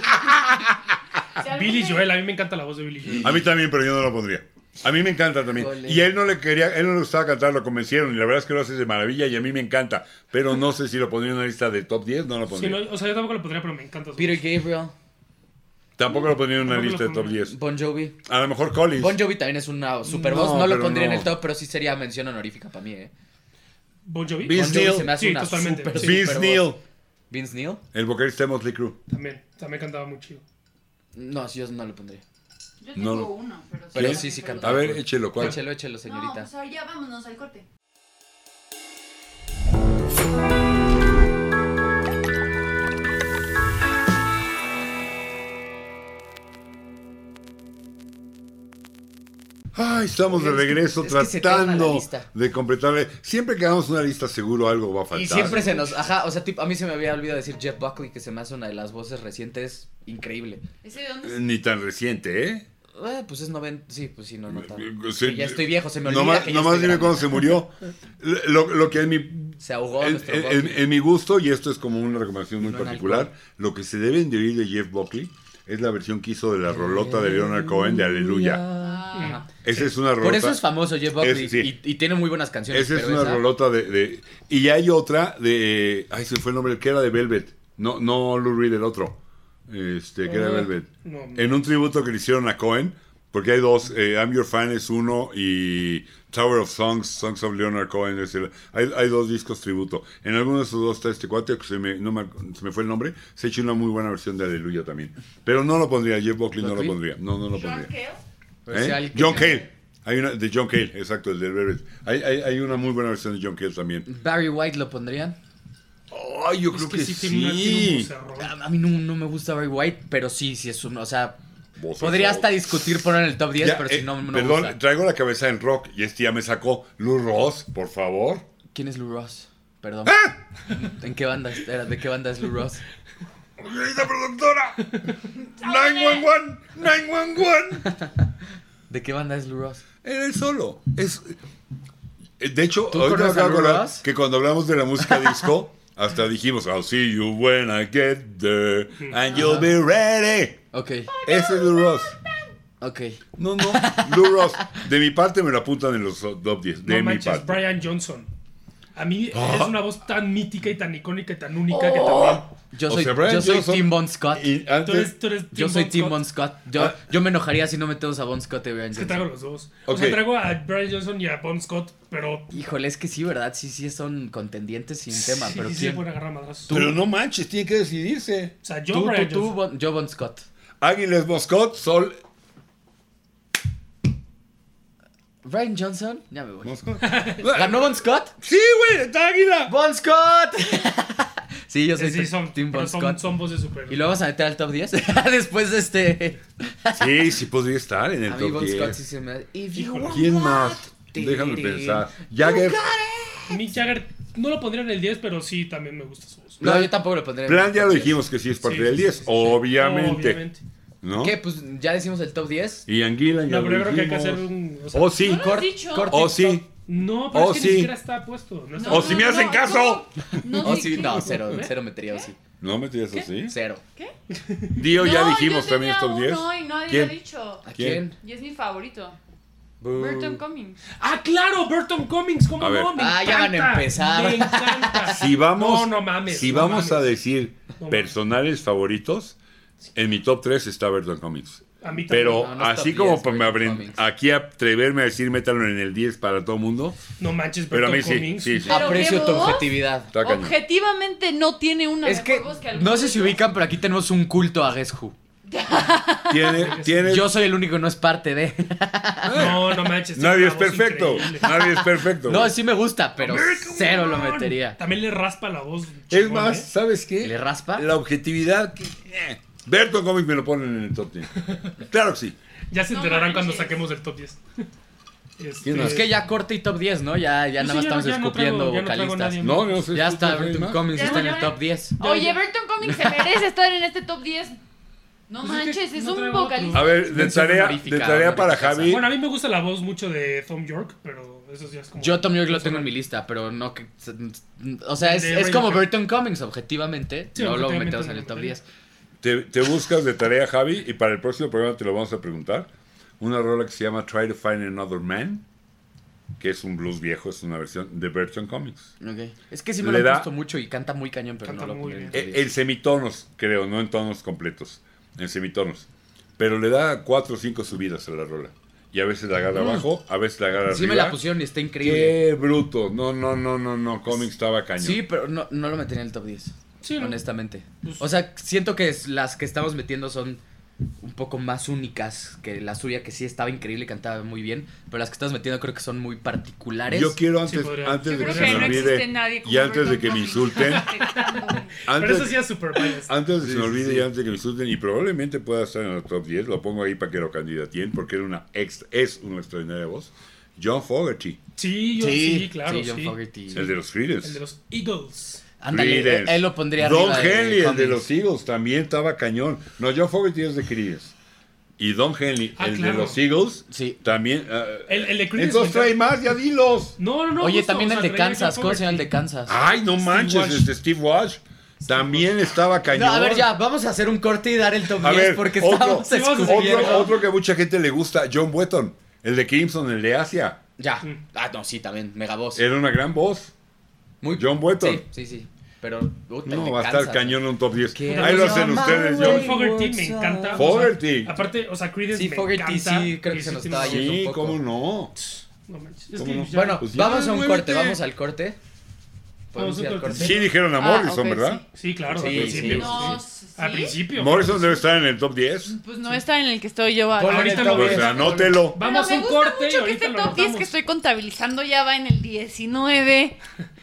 S1: Ah,
S4: Si algún
S3: Billy
S4: día-
S3: Joel, a mí me encanta la voz de Billy Joel.
S1: A mí también, pero yo no lo pondría. A mí me encanta también.
S2: Híjole.
S1: Y él no le quería, él no le gustaba cantar, lo convencieron. Y la verdad es que lo hace de maravilla y a mí me encanta. Pero no sé si lo pondría en una lista de top 10, no pues lo
S3: Sí, no,
S1: pondría.
S3: o sea, yo tampoco lo pondría, pero me encanta su
S2: Peter Gabriel,
S1: Tampoco lo pondría en una
S3: Tampoco lo
S1: lista de top
S3: pondría.
S1: 10.
S2: Bon Jovi.
S1: A lo mejor Collins.
S2: Bon Jovi también es una super voz.
S1: No,
S2: No, lo
S1: pero
S2: pondría en
S1: no.
S2: el top, pero sí sería mención honorífica para mí, eh.
S3: Bon Jovi.
S1: Vince
S2: Bon Jovi
S1: Neil.
S2: se me hace
S3: Sí,
S2: una
S3: totalmente.
S2: super,
S3: Sí.
S1: Vince
S2: super
S1: Neil.
S2: voz. Vince Neil.
S1: El vocalista de Motley Crue.
S3: También, también cantaba muy chido.
S2: No, sí, yo no lo pondría.
S4: Yo
S1: No
S4: tengo
S1: lo-
S4: uno, pero,
S2: Pero
S1: sí,
S2: sí
S1: A
S2: cantaba.
S1: ver, échelo, ¿cuál?
S2: Échelo, échelo,
S4: No,
S2: señorita.
S4: pues ahora ya vámonos al corte.
S1: Ay, estamos de
S2: Es que-
S1: regreso
S2: es que se te arma la
S1: tratando
S2: lista.
S1: de completarle. Siempre que hagamos una lista, seguro algo va a faltar.
S2: Y siempre se nos, ajá, o sea, tipo, a mí se me había olvidado decir Jeff Buckley, que se me hace una de las voces recientes increíble.
S4: ¿Ese de dónde
S1: Eh,
S4: es?
S1: Ni tan reciente, ¿eh?
S2: Eh, pues es 90, sí, pues sí, no, no tanto.
S1: Eh,
S2: Que
S1: se-
S2: ya estoy viejo, se me olvida
S1: Nomás,
S2: que ya
S1: nomás
S2: estoy
S1: dime
S2: grande.
S1: cuándo se murió. Lo, lo que en mi,
S2: Se ahogó
S1: en,
S2: nuestro
S1: en-
S2: Buckley.
S1: en mi gusto, y esto es como una recomendación muy
S2: No en
S1: particular, lo que se deben de oír de Jeff Buckley es la versión que hizo de la rolota de Leonard Cohen de Aleluya.
S4: Ah,
S2: Ajá.
S1: Esa es una rolota.
S2: Por eso es famoso Jeff Buckley
S1: Es- sí.
S2: y, y tiene muy buenas canciones.
S1: Esa es
S2: pero
S1: una
S2: esa-
S1: rolota de, de- Y hay otra de. Ay, se me fue el nombre, que era de Velvet. No, no Lou Reed, el otro. Este, que era de
S3: Ah,
S1: Velvet.
S3: no.
S1: En un tributo que le hicieron a Cohen, porque hay dos: eh, I'm Your Fan es uno y Tower of Songs, Songs of Leonard Cohen es el. Hay, hay dos discos tributo. En alguno de esos dos está este cuate, que se me, no me- se me fue el nombre. Se ha hecho una muy buena versión de Aleluya también. Pero no lo pondría, Jeff Buckley no lo
S2: ¿Buckley?
S1: pondría. No, no lo
S4: John
S1: pondría.
S4: Cale.
S2: pero
S1: ¿Eh?
S2: sea el que-
S1: John Cale. Hay una de John Cale, exacto, el del Velvet. Hay, hay, hay una muy buena versión de John Cale también.
S2: Barry White lo pondrían.
S1: Ay, yo creo que,
S3: tiene una- tiene un
S1: sí.
S3: vocerrón.
S2: A, a mí no, no me gusta Barry White, pero sí, sí es un, o sea,
S1: Voces
S2: Podría
S1: rock.
S2: hasta discutir poner en el top 10,
S1: Ya,
S2: pero
S1: eh,
S2: si no, no me
S1: perdón,
S2: gusta.
S1: traigo la cabeza en rock y este ya me sacó Lou Ross, por favor. ¡Ah!
S2: ¿Quién es Lou Ross? Perdón. ¿En qué banda es- era? ¿De qué banda es Lou Ross?
S1: ¡Señorita productora! ¡911! ¡911!
S2: ¿De qué banda es Lou Ross?
S1: Era el solo. Es... eh, De hecho,
S2: ¿Tú
S1: ahorita me
S2: conoces a
S1: acabo de
S2: Lou
S1: acordar
S2: Ross?
S1: que cuando hablamos de la música disco, hasta dijimos, I'll see you when I get there, and you'll be ready.
S2: Ok,
S1: Ese es Lou Ross.
S2: ok.
S1: No, no, Lou Ross. De mi parte me lo apuntan en los top 10. De
S3: No
S1: mi
S3: manches,
S1: parte. Ah.
S3: Brian Johnson. A mí es una voz tan mítica y tan icónica y tan única que también.
S2: Yo
S1: O
S2: soy,
S1: sea, Brian
S2: yo soy
S1: Johnson
S2: Tim Bon Scott.
S1: Y
S3: Tú
S1: antes,
S3: eres, tú eres
S2: Yo
S3: Tim
S2: soy
S3: Bon
S2: Tim
S3: Scott.
S2: Bon Scott. Yo,
S1: Ah.
S2: yo me enojaría si no metemos a Bon Scott y Brian
S3: Es que
S2: Johnson.
S3: traigo los dos. O
S1: Ok.
S3: sea, traigo a Brian Johnson y a Bon Scott, pero.
S2: Híjole, es que sí, ¿verdad? Sí, sí, son contendientes sin tema,
S3: sí,
S2: pero
S3: sí,
S2: ¿quién?
S3: pueden agarrar madrazos.
S1: Pero no manches, tiene que decidirse.
S3: O sea, yo,
S2: Tú,
S3: Brian
S2: tú, tú,
S3: Johnson.
S2: Bon- yo Bon Scott.
S1: Águilas Moscot, Sol.
S2: Brian Johnson, ya me voy.
S1: Moscot.
S2: ¿Ganó Bon Scott?
S1: Sí, güey, está Águila.
S2: ¡Bon Scott! sí, yo soy
S3: Eh, Sí, sí, son,
S2: Tim
S3: pero
S2: Bon
S3: son-
S2: Scott.
S3: son voces super.
S2: ¿Y lo vamos a meter al top 10? Después de este...
S1: Sí, sí podría estar en el
S2: A mí
S1: top
S2: Bon Scott
S1: 10.
S2: sí se me da... If you
S3: Híjole.
S2: want
S1: ¿Quién
S2: what,
S1: más?
S2: tiri.
S1: Déjame pensar. Jagger,
S3: Mick Jagger no lo pondría en el 10, pero sí también me gusta su voz.
S2: No, yo tampoco lo pondré. en
S1: Plan
S2: el
S1: ya
S2: top
S1: lo
S2: 10.
S1: dijimos que sí es parte
S3: Sí,
S1: del
S3: sí,
S1: 10,
S3: sí, sí, sí.
S1: obviamente,
S3: Obviamente.
S1: ¿no?
S2: ¿Qué? Pues ya decimos el top 10.
S1: Y Anguila ya
S3: No, pero
S1: lo
S3: yo creo que hay que hacer
S1: dijimos.
S3: un. O sea,
S1: Oh, sí.
S4: ¿No lo has dicho?
S2: corte.
S1: Oh, sí.
S3: No, pero
S1: Oh,
S3: es que
S1: sí. Oh,
S3: ni siquiera está puesto. No está
S1: O si me hacen caso.
S4: ¿cómo? No,
S2: Oh,
S4: sí,
S2: sí,
S4: ¿qué?
S2: no, cero, cero metería, o sí.
S1: ¿No metías así?
S2: Cero.
S4: ¿Qué?
S1: Dio ya
S4: No,
S1: dijimos
S4: yo
S1: también
S4: tenía
S1: estos 10.
S4: uno y nadie
S1: ¿Quién?
S4: lo ha dicho.
S2: ¿A
S1: ¿Quién?
S2: quién?
S4: Y es mi favorito.
S1: Uh.
S2: Boo.
S4: Burton Cummings.
S3: Ah, claro, Burton Cummings, ¿cómo
S1: A ver.
S3: no? Me
S2: Ah, ya van a
S3: encanta,
S2: empezar.
S3: Me encanta.
S1: Si vamos,
S3: Ah, No, no mames.
S1: si
S3: no
S1: vamos a
S3: mames.
S1: decir
S3: mames.
S1: personales favoritos, en mi top 3 está Burton Comics.
S3: A mí también.
S1: Pero
S2: No, no es
S1: así
S2: top
S1: como
S2: 10,
S1: me
S2: Burton
S1: abren-
S2: Cummings.
S1: aquí atreverme a decir métalo en el 10 para todo mundo,
S3: No manches,
S1: pero
S3: Burton
S1: a mí sí,
S3: Cummings.
S1: sí, sí.
S4: Pero
S2: Aprecio
S4: qué
S2: tu
S4: voz.
S2: objetividad.
S1: Está cañón.
S4: Objetivamente no tiene una
S2: Es que
S4: mejor voz alguno
S2: no
S4: de
S2: sé si
S4: ellos.
S2: ubican, pero aquí tenemos un culto a Guess Who.
S1: Tiene, tiene-
S2: Yo soy el único que no es parte de.
S3: No, no manches. tiene
S1: nadie
S3: una
S1: es
S3: voz
S1: perfecto,
S3: increíble.
S1: nadie es perfecto.
S2: No,
S1: güey.
S2: sí me gusta, pero cero lo metería.
S3: También le raspa la voz.
S1: es
S3: chingón,
S1: más,
S3: ¿eh?
S1: ¿sabes qué?
S2: ¿Le raspa?
S1: La objetividad. que- eh. Burton Comics me lo ponen en el top 10. Claro que sí.
S3: Ya se
S4: No
S3: enterarán cuando
S4: manches.
S3: saquemos el top 10. Este,
S1: ¿Quién más?
S2: Es que ya corte y top 10, ¿no? Ya, ya
S3: Pues Sí,
S2: nada más
S3: ya no-
S2: estamos
S3: ya no traigo-
S2: escupiendo
S3: ya no traigo
S2: vocalistas.
S3: nadie más.
S1: No, no sé.
S2: ya
S1: ¿tú
S2: está,
S1: crees que hay
S2: Burton
S1: más?
S2: Cummings
S4: Ya
S2: está en
S4: no,
S2: el
S4: ya.
S2: top 10.
S4: Oye, Burton Cummings se merece estar en este top 10. No
S3: Pues es que
S4: manches, es,
S3: no
S4: un
S3: traigo otro.
S4: vocalista.
S1: A ver, de
S2: Mención
S1: tarea, de
S2: honorífica,
S1: tarea para
S2: honorífica.
S1: Javi.
S3: Bueno, a mí me gusta la voz mucho de Tom York, pero eso ya es como.
S2: Yo Tom York lo tengo en mi lista, pero no que. O sea, es,
S3: De
S2: es
S3: Radiohead.
S2: como Burton Cummings, objetivamente.
S3: Sí,
S2: no lo
S3: objetivamente
S2: metemos
S3: no
S2: en
S3: lo
S2: el top
S3: metería.
S2: 10.
S1: Te, te buscas de tarea, Javi, y para el próximo programa te lo vamos a preguntar. Una rola que se llama Try to Find Another Man, que es un blues viejo, es una versión de Burton Comics.
S2: Ok. Es que sí me
S1: Le
S2: lo
S1: da-
S2: han puesto mucho y canta muy cañón, pero
S3: Canta
S2: no lo
S3: muy
S2: pondré en el
S3: bien.
S2: top
S1: E-
S2: 10.
S1: en semitonos, creo, no en tonos completos, en semitonos. Pero le da cuatro o cinco subidas a la rola. Y a veces la agarra abajo, a veces la agarra
S2: Mm. Sí
S1: arriba.
S2: me la pusieron y está increíble.
S1: Qué bruto. No, no, no, no, no. Comics estaba cañón.
S2: Sí, pero no, no lo metería en el top 10.
S3: Sí, no.
S2: honestamente.
S3: Pues-
S2: O sea, siento que es- las que estamos metiendo son un poco más únicas que la suya, que sí estaba increíble y cantaba muy bien. Pero las que estamos metiendo creo que son muy particulares.
S1: Yo quiero antes,
S3: podría.
S1: antes
S4: Yo
S1: de que
S4: creo
S1: se
S4: que
S1: me
S4: no existe
S1: olvide
S4: nadie como
S1: y antes de
S4: Burton
S1: que me
S4: Cummings.
S1: insulten,
S3: Pero eso
S1: antes, Ah,
S3: sí es super biased.
S1: Antes de que se me
S2: sí,
S1: olvide
S2: sí.
S1: y antes de que me insulten, y probablemente pueda estar en el top 10, lo pongo ahí para que lo candidateen, porque era una ex- es una extraordinaria voz. John Fogerty,
S3: Sí, yo sí, claro. Sí,
S2: John Fogerty.
S1: el de los Creedence.
S3: El de los Eagles.
S2: Ándale,
S1: Creedence.
S2: él, él lo pondría
S1: Don
S2: arriba de
S1: Henley, el de
S2: Cummings.
S1: los Eagles, también estaba cañón. No, John Fogerty es de Creedence. Y Don Henley,
S3: Ah,
S1: el
S3: claro.
S1: de los Eagles,
S2: Sí. Eh,
S1: también. ah,
S3: El- el de Creedence
S1: Entonces
S3: me
S1: trae más, ya dilos.
S3: No, no, no.
S2: Oye,
S3: justo,
S2: también
S3: o
S2: el
S3: sea,
S2: de
S3: traía
S2: Kansas.
S3: John
S2: ¿Cómo se llama el de
S3: Fogerty.
S2: Kansas?
S1: Ay, no
S3: Steve
S1: manches,
S3: Walsh.
S1: este Steve Walsh. También estaba
S2: No,
S1: cañón.
S2: a ver, ya, vamos a hacer un corte y dar el top
S1: A
S2: 10
S1: ver,
S2: porque
S1: otro,
S2: estamos
S1: otro,
S2: escupiendo.
S1: otro que mucha gente le gusta, John Wetton, el de Crimson, el de Asia.
S2: Ya.
S1: Mm.
S2: Ah, no, sí, también, megavoz.
S1: Era una gran voz.
S2: Muy...
S1: John Wetton.
S2: Sí, sí, sí. Pero, puta, el
S1: No,
S2: de
S1: va a estar
S2: Kansas. ¿eh?
S1: cañón en un top 10.
S2: Qué
S1: Ahí lo hacen
S2: llama,
S1: ustedes,
S3: John
S1: John.
S3: Fogerty me encanta. o sea,
S1: Fogerty.
S3: aparte, o sea, Creedence
S2: Sí,
S3: me
S2: Fogerty
S3: encanta.
S2: sí, creo que se nos
S3: tiene
S2: estaba
S3: una voz-
S2: yendo.
S1: Sí,
S2: un poco.
S1: cómo no.
S3: No manches. Es
S1: ¿Cómo
S3: que
S1: no?
S3: ya-
S2: Bueno,
S1: Pues ya,
S2: vamos a un
S1: muévete.
S2: corte, vamos al corte. Podemos
S3: Vamos a
S2: ir
S3: un
S2: al
S3: corte.
S2: corte.
S1: Sí dijeron a Morrison,
S4: Ah, ok,
S1: ¿verdad?
S3: Sí, claro,
S2: Sí,
S3: al principio.
S2: sí.
S4: No,
S3: sí.
S4: ¿sí?
S3: Al principio.
S1: Morrison debe estar en el top 10.
S4: Pues no está en el que estoy yo
S2: Ponlo
S4: ahora.
S2: en el
S3: Ahorita
S2: top
S3: lo
S1: O
S3: ves.
S2: diez.
S1: sea, anótelo.
S3: Vamos a
S4: Pero
S3: un
S4: me gusta
S3: corte y
S4: mucho que
S3: ahorita
S4: este
S3: lo
S4: top 10 que
S3: anotamos.
S4: estoy contabilizando ya va en el 19.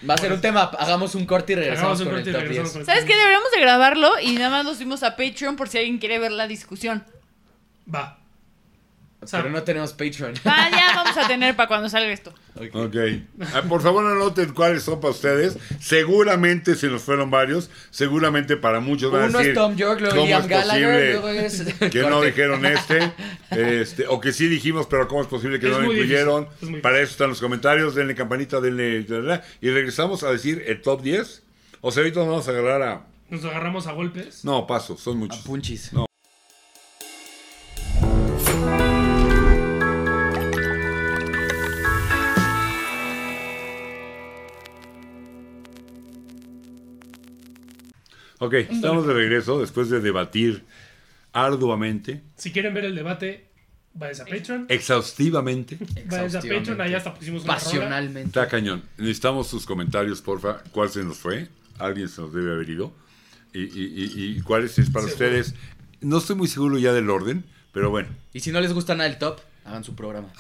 S2: Va a ser un tema, hagamos un corte y
S3: Hagamos
S2: regresamos
S3: un
S2: con
S3: corte
S2: el
S3: y
S2: top 10.
S3: regresamos con el
S4: ¿Sabes
S3: top
S4: qué?
S3: 10.
S4: Deberíamos de grabarlo y nada más lo subimos a Patreon por si alguien quiere ver la discusión.
S3: Va. O sea,
S2: Pero no tenemos Patreon.
S4: Ah, ya vamos a tener para cuando salga esto.
S1: Ok. Ah, por favor, anoten cuáles son para ustedes. Seguramente se nos fueron varios. Seguramente para muchos van a
S2: Uno
S1: decir,
S2: es Tom York, luego
S1: ¿cómo
S2: Liam
S1: es
S2: Gallagher,
S1: posible
S2: luego es...
S1: que no
S2: Corte.
S1: dijeron este, este, o que sí dijimos, pero cómo es posible que
S3: Es
S1: no lo
S3: muy difícil,
S1: incluyeron.
S3: es muy
S1: Para eso están los comentarios, denle campanita, denle... Y regresamos a decir el top 10. O sea, ahorita nos vamos a agarrar a...
S3: nos agarramos a golpes.
S1: No, paso, son muchos.
S2: Ah, Punchis.
S1: No. Ok, estamos de regreso después de debatir arduamente,
S3: Si quieren ver el debate, vayas a Patreon.
S1: exhaustivamente.
S3: Vayas a Patreon, ahí hasta pusimos una rola.
S2: Pasionalmente.
S1: Está cañón. Necesitamos sus comentarios, porfa. ¿Cuál se nos fue? Alguien se nos debe haber ido. ¿Y, y, y- y cuáles es para
S3: Seguro.
S1: ustedes? No estoy muy seguro ya del orden, pero bueno.
S2: Y si no les gusta nada el top, hagan su programa.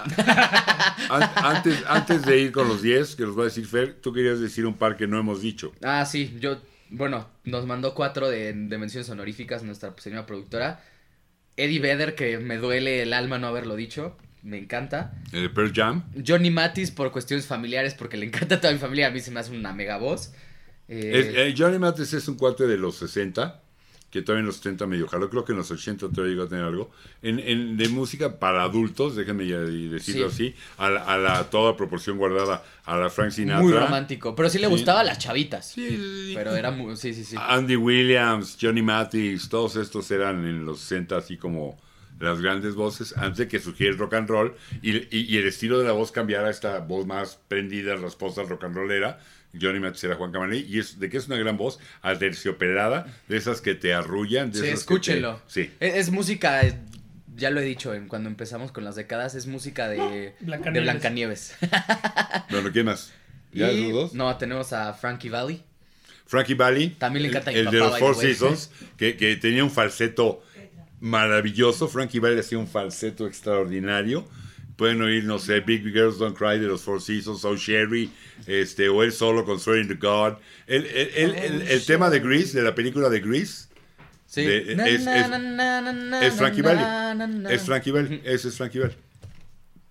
S1: An- antes, antes de ir con los 10, que nos va a decir Fer, tú querías decir un par que no hemos dicho.
S2: Ah, sí, yo, bueno, nos mandó cuatro de, de menciones honoríficas nuestra señora productora. Eddie Vedder, que me duele el alma no haberlo dicho, me encanta.
S1: El de Pearl Jam.
S2: Johnny Matis por cuestiones familiares, porque le encanta a toda mi familia, a mí se me hace una mega voz. Eh,
S1: Es- eh, Johnny Mathis es un cuate de los 60, que todavía en los 70 medio jaló, creo que en los 80 todavía llegó a tener algo, en, en- de música para adultos, déjenme ya de- decirlo así, a la, a la- toda proporción guardada, a la Frank Sinatra.
S2: muy romántico, pero sí le
S1: Sí.
S2: gustaba a las chavitas.
S1: Sí, Ah. el-
S2: Pero era muy, sí, sí, sí.
S1: Andy Williams, Johnny Mathis, todos estos eran en los 60 así como las grandes voces antes de que surgiera el rock and roll y, y- y el estilo de la voz cambiara a esta voz más prendida, rasposa, rock and rollera. Johnny Mathis era Juan Camaney y es de que es una gran voz aterciopelada, de esas que te arrullan. De
S2: Sí,
S1: esas que
S2: escúchenlo.
S1: te- sí.
S2: Es, es música, eh, ya lo he dicho en cuando empezamos con las décadas, es música de de
S3: Blancanieves.
S2: Blancanieves.
S1: Bueno, ¿quién más? ¿Ya
S2: Y-
S1: esos dos?
S2: No, tenemos a Frankie Valley.
S1: Frankie Valli.
S2: También le encanta a mi
S1: El, el de
S2: papá,
S1: los
S2: by
S1: Four
S2: the way.
S1: Seasons, que, que tenía un falseto maravilloso. Frankie Valli hacía un falseto extraordinario. Pueden oír, no sé, Big Girls Don't Cry de los Four Seasons, o Sherry, este, o él solo con Swearing to God. El, el- el- el- el tema de Grease, de la película de Grease,
S2: Sí.
S1: De-
S2: Na,
S1: es-
S2: na,
S1: es-
S2: na, na, na, na,
S1: es Frankie
S2: na,
S1: Valli.
S2: na, na,
S1: Es Frankie Valli, ese es Frankie Valli.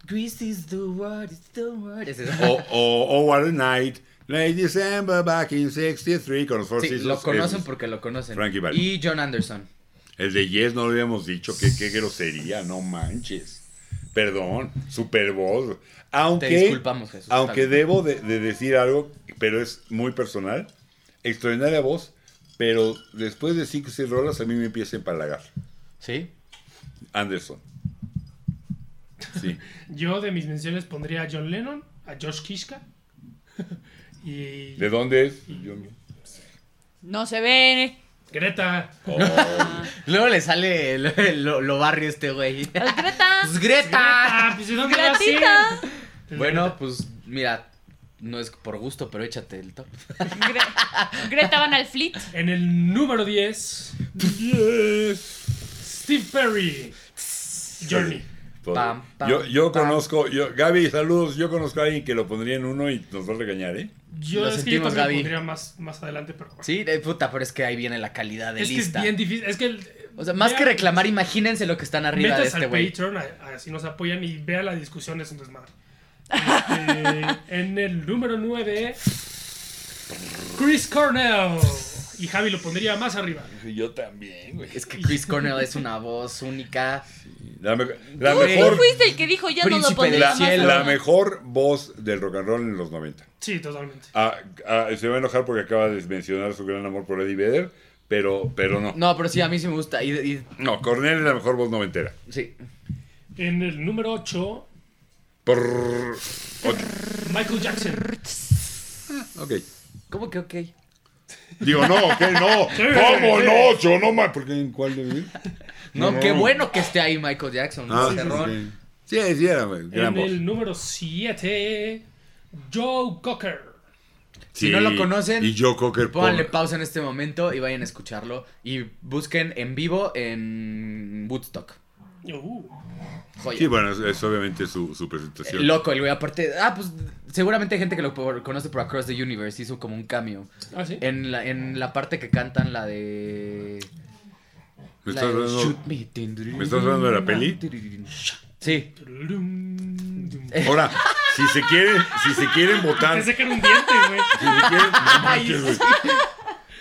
S2: Grease is the word, it's the word. Es-
S1: O, o, o What a Night, Late December back in 63 con los Four
S2: Sí,
S1: Seasons.
S2: lo
S1: ese
S2: conocen
S1: es-
S2: porque lo conocen.
S1: Frankie Valli.
S2: Y John Anderson.
S1: El de Yes no lo habíamos dicho, que qué grosería, no manches. Perdón, Super Bowl. Aunque,
S2: Te disculpamos, Jesús,
S1: Aunque
S2: está bien.
S1: debo de, de decir algo, pero es muy personal, extraordinaria voz, pero después de 5 o 6 rolas a mí me empieza a empalagar.
S2: ¿Sí?
S1: Anderson. Sí.
S3: Yo de mis menciones pondría a John Lennon, a Josh Kishka. y
S1: ¿De dónde es?
S4: No se ven. eh.
S3: Greta.
S1: Oh,
S3: Ah.
S2: Luego le sale lo, lo- lo barrio este güey.
S4: Las Greta.
S2: Pues Greta.
S3: Ah, pues, ¿de dónde va a ser?
S4: Gretita.
S2: Bueno, pues mira, no es por gusto, pero échate el top.
S4: Gre- Greta van al flit.
S3: En el número 10,
S1: yes.
S3: Steve Perry. Journey.
S1: Todo.
S2: Pam, pam,
S1: yo yo
S2: pam.
S1: conozco, yo, Gaby, saludos. Yo conozco a alguien que lo pondría en uno y nos va a regañar, ¿eh?
S3: Yo
S2: Lo
S3: es que yo
S2: sentimos,
S3: también
S2: Gaby.
S3: pondría más, más adelante, pero bueno.
S2: Sí, de puta, pero es que ahí viene la calidad de
S3: es que
S2: lista.
S3: es bien difícil. Es que el-
S2: O sea, más
S3: vean-
S2: que reclamar, imagínense lo que están arriba de
S3: Metas
S2: este
S3: al
S2: güey.
S3: Patreon, a- a- así nos apoyan y vea la discusión, es un desmadre. Este, en el número 9, Chris Cornell. Y Javi lo pondría más arriba.
S1: Yo también, güey.
S2: Es que Chris Cornell es una voz única.
S1: La, mejo- la
S4: Tú
S1: mejor.
S4: fuiste el que dijo ya no
S2: Príncipe
S4: lo pondría
S2: del
S4: más
S2: cielo.
S4: arriba.
S1: La mejor voz del rock and roll en los 90.
S3: Sí, totalmente.
S1: Ah, ah, se va a enojar porque acaba de mencionar su gran amor por Eddie Vedder, pero, pero no.
S2: No, pero sí, a mí sí me gusta. Y, y-
S1: No, Cornel es la mejor voz noventera.
S2: sí.
S3: En el número 8,
S1: Por... ocho.
S3: Michael Jackson.
S1: Ok.
S2: ¿Cómo que ok?
S1: Digo, no, ok, no. ¿Cómo no? Yo no más. ¿Por qué? ¿En cuál de
S2: No,
S1: No,
S2: qué
S1: no.
S2: bueno que esté ahí Michael Jackson. ¿no?
S1: Ah, sí,
S2: Cerrón.
S1: sí. Sí, sí, era güey, gran
S3: En
S1: voz.
S3: el número 7, Joe Cocker.
S2: si
S1: Sí,
S2: no lo conocen,
S1: Y Joe Cocker.
S2: Pónganle
S1: pon-
S2: pausa en este momento y vayan a escucharlo. Y busquen en vivo en Woodstock.
S3: Uh,
S2: Joya.
S1: Sí, bueno, es, es obviamente su, su
S2: Eh,
S1: presentación.
S2: Loco el güey, aparte. Ah, pues seguramente hay gente que lo por- conoce por Across the Universe hizo como un cameo.
S3: ah, sí.
S2: En la, en la parte que cantan la de.
S1: ¿Me
S2: La
S1: estás,
S2: de
S1: hablando,
S2: Shoot me, tin, tin,
S1: ¿Me estás hablando de la peli?
S2: tin. Sí.
S1: Ahora, si se quieren, si se quieren votar, si
S3: Pensé que era un diente, güey.
S1: se quieren, no manches, güey.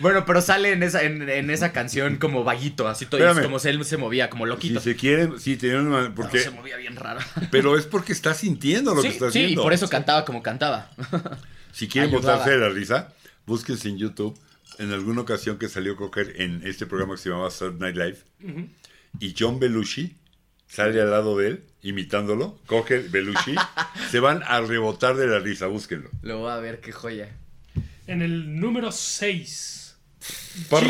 S2: Bueno, pero sale en esa, en, en esa canción como vaguito, así todo, y es
S1: Espérame.
S2: como se- él se movía, como
S1: si
S2: loquito.
S1: se quieren, sí tenían una-
S2: No,
S1: porque,
S2: se movía bien raro.
S1: pero es porque está sintiendo lo
S2: Sí,
S1: que está
S2: sí, y
S1: haciendo.
S2: por eso cantaba como cantaba.
S1: Si quieren
S2: Ayudaba.
S1: botarse de la risa, búsquense en YouTube. En alguna ocasión que salió Cocker en este programa que se llamaba Saturday Night Live, y John Belushi sale al lado de él, imitándolo. Cocker, Belushi, se van a rebotar de la risa, búsquenlo.
S2: Lo voy a ver, qué joya.
S3: En el número 6.
S1: Parr.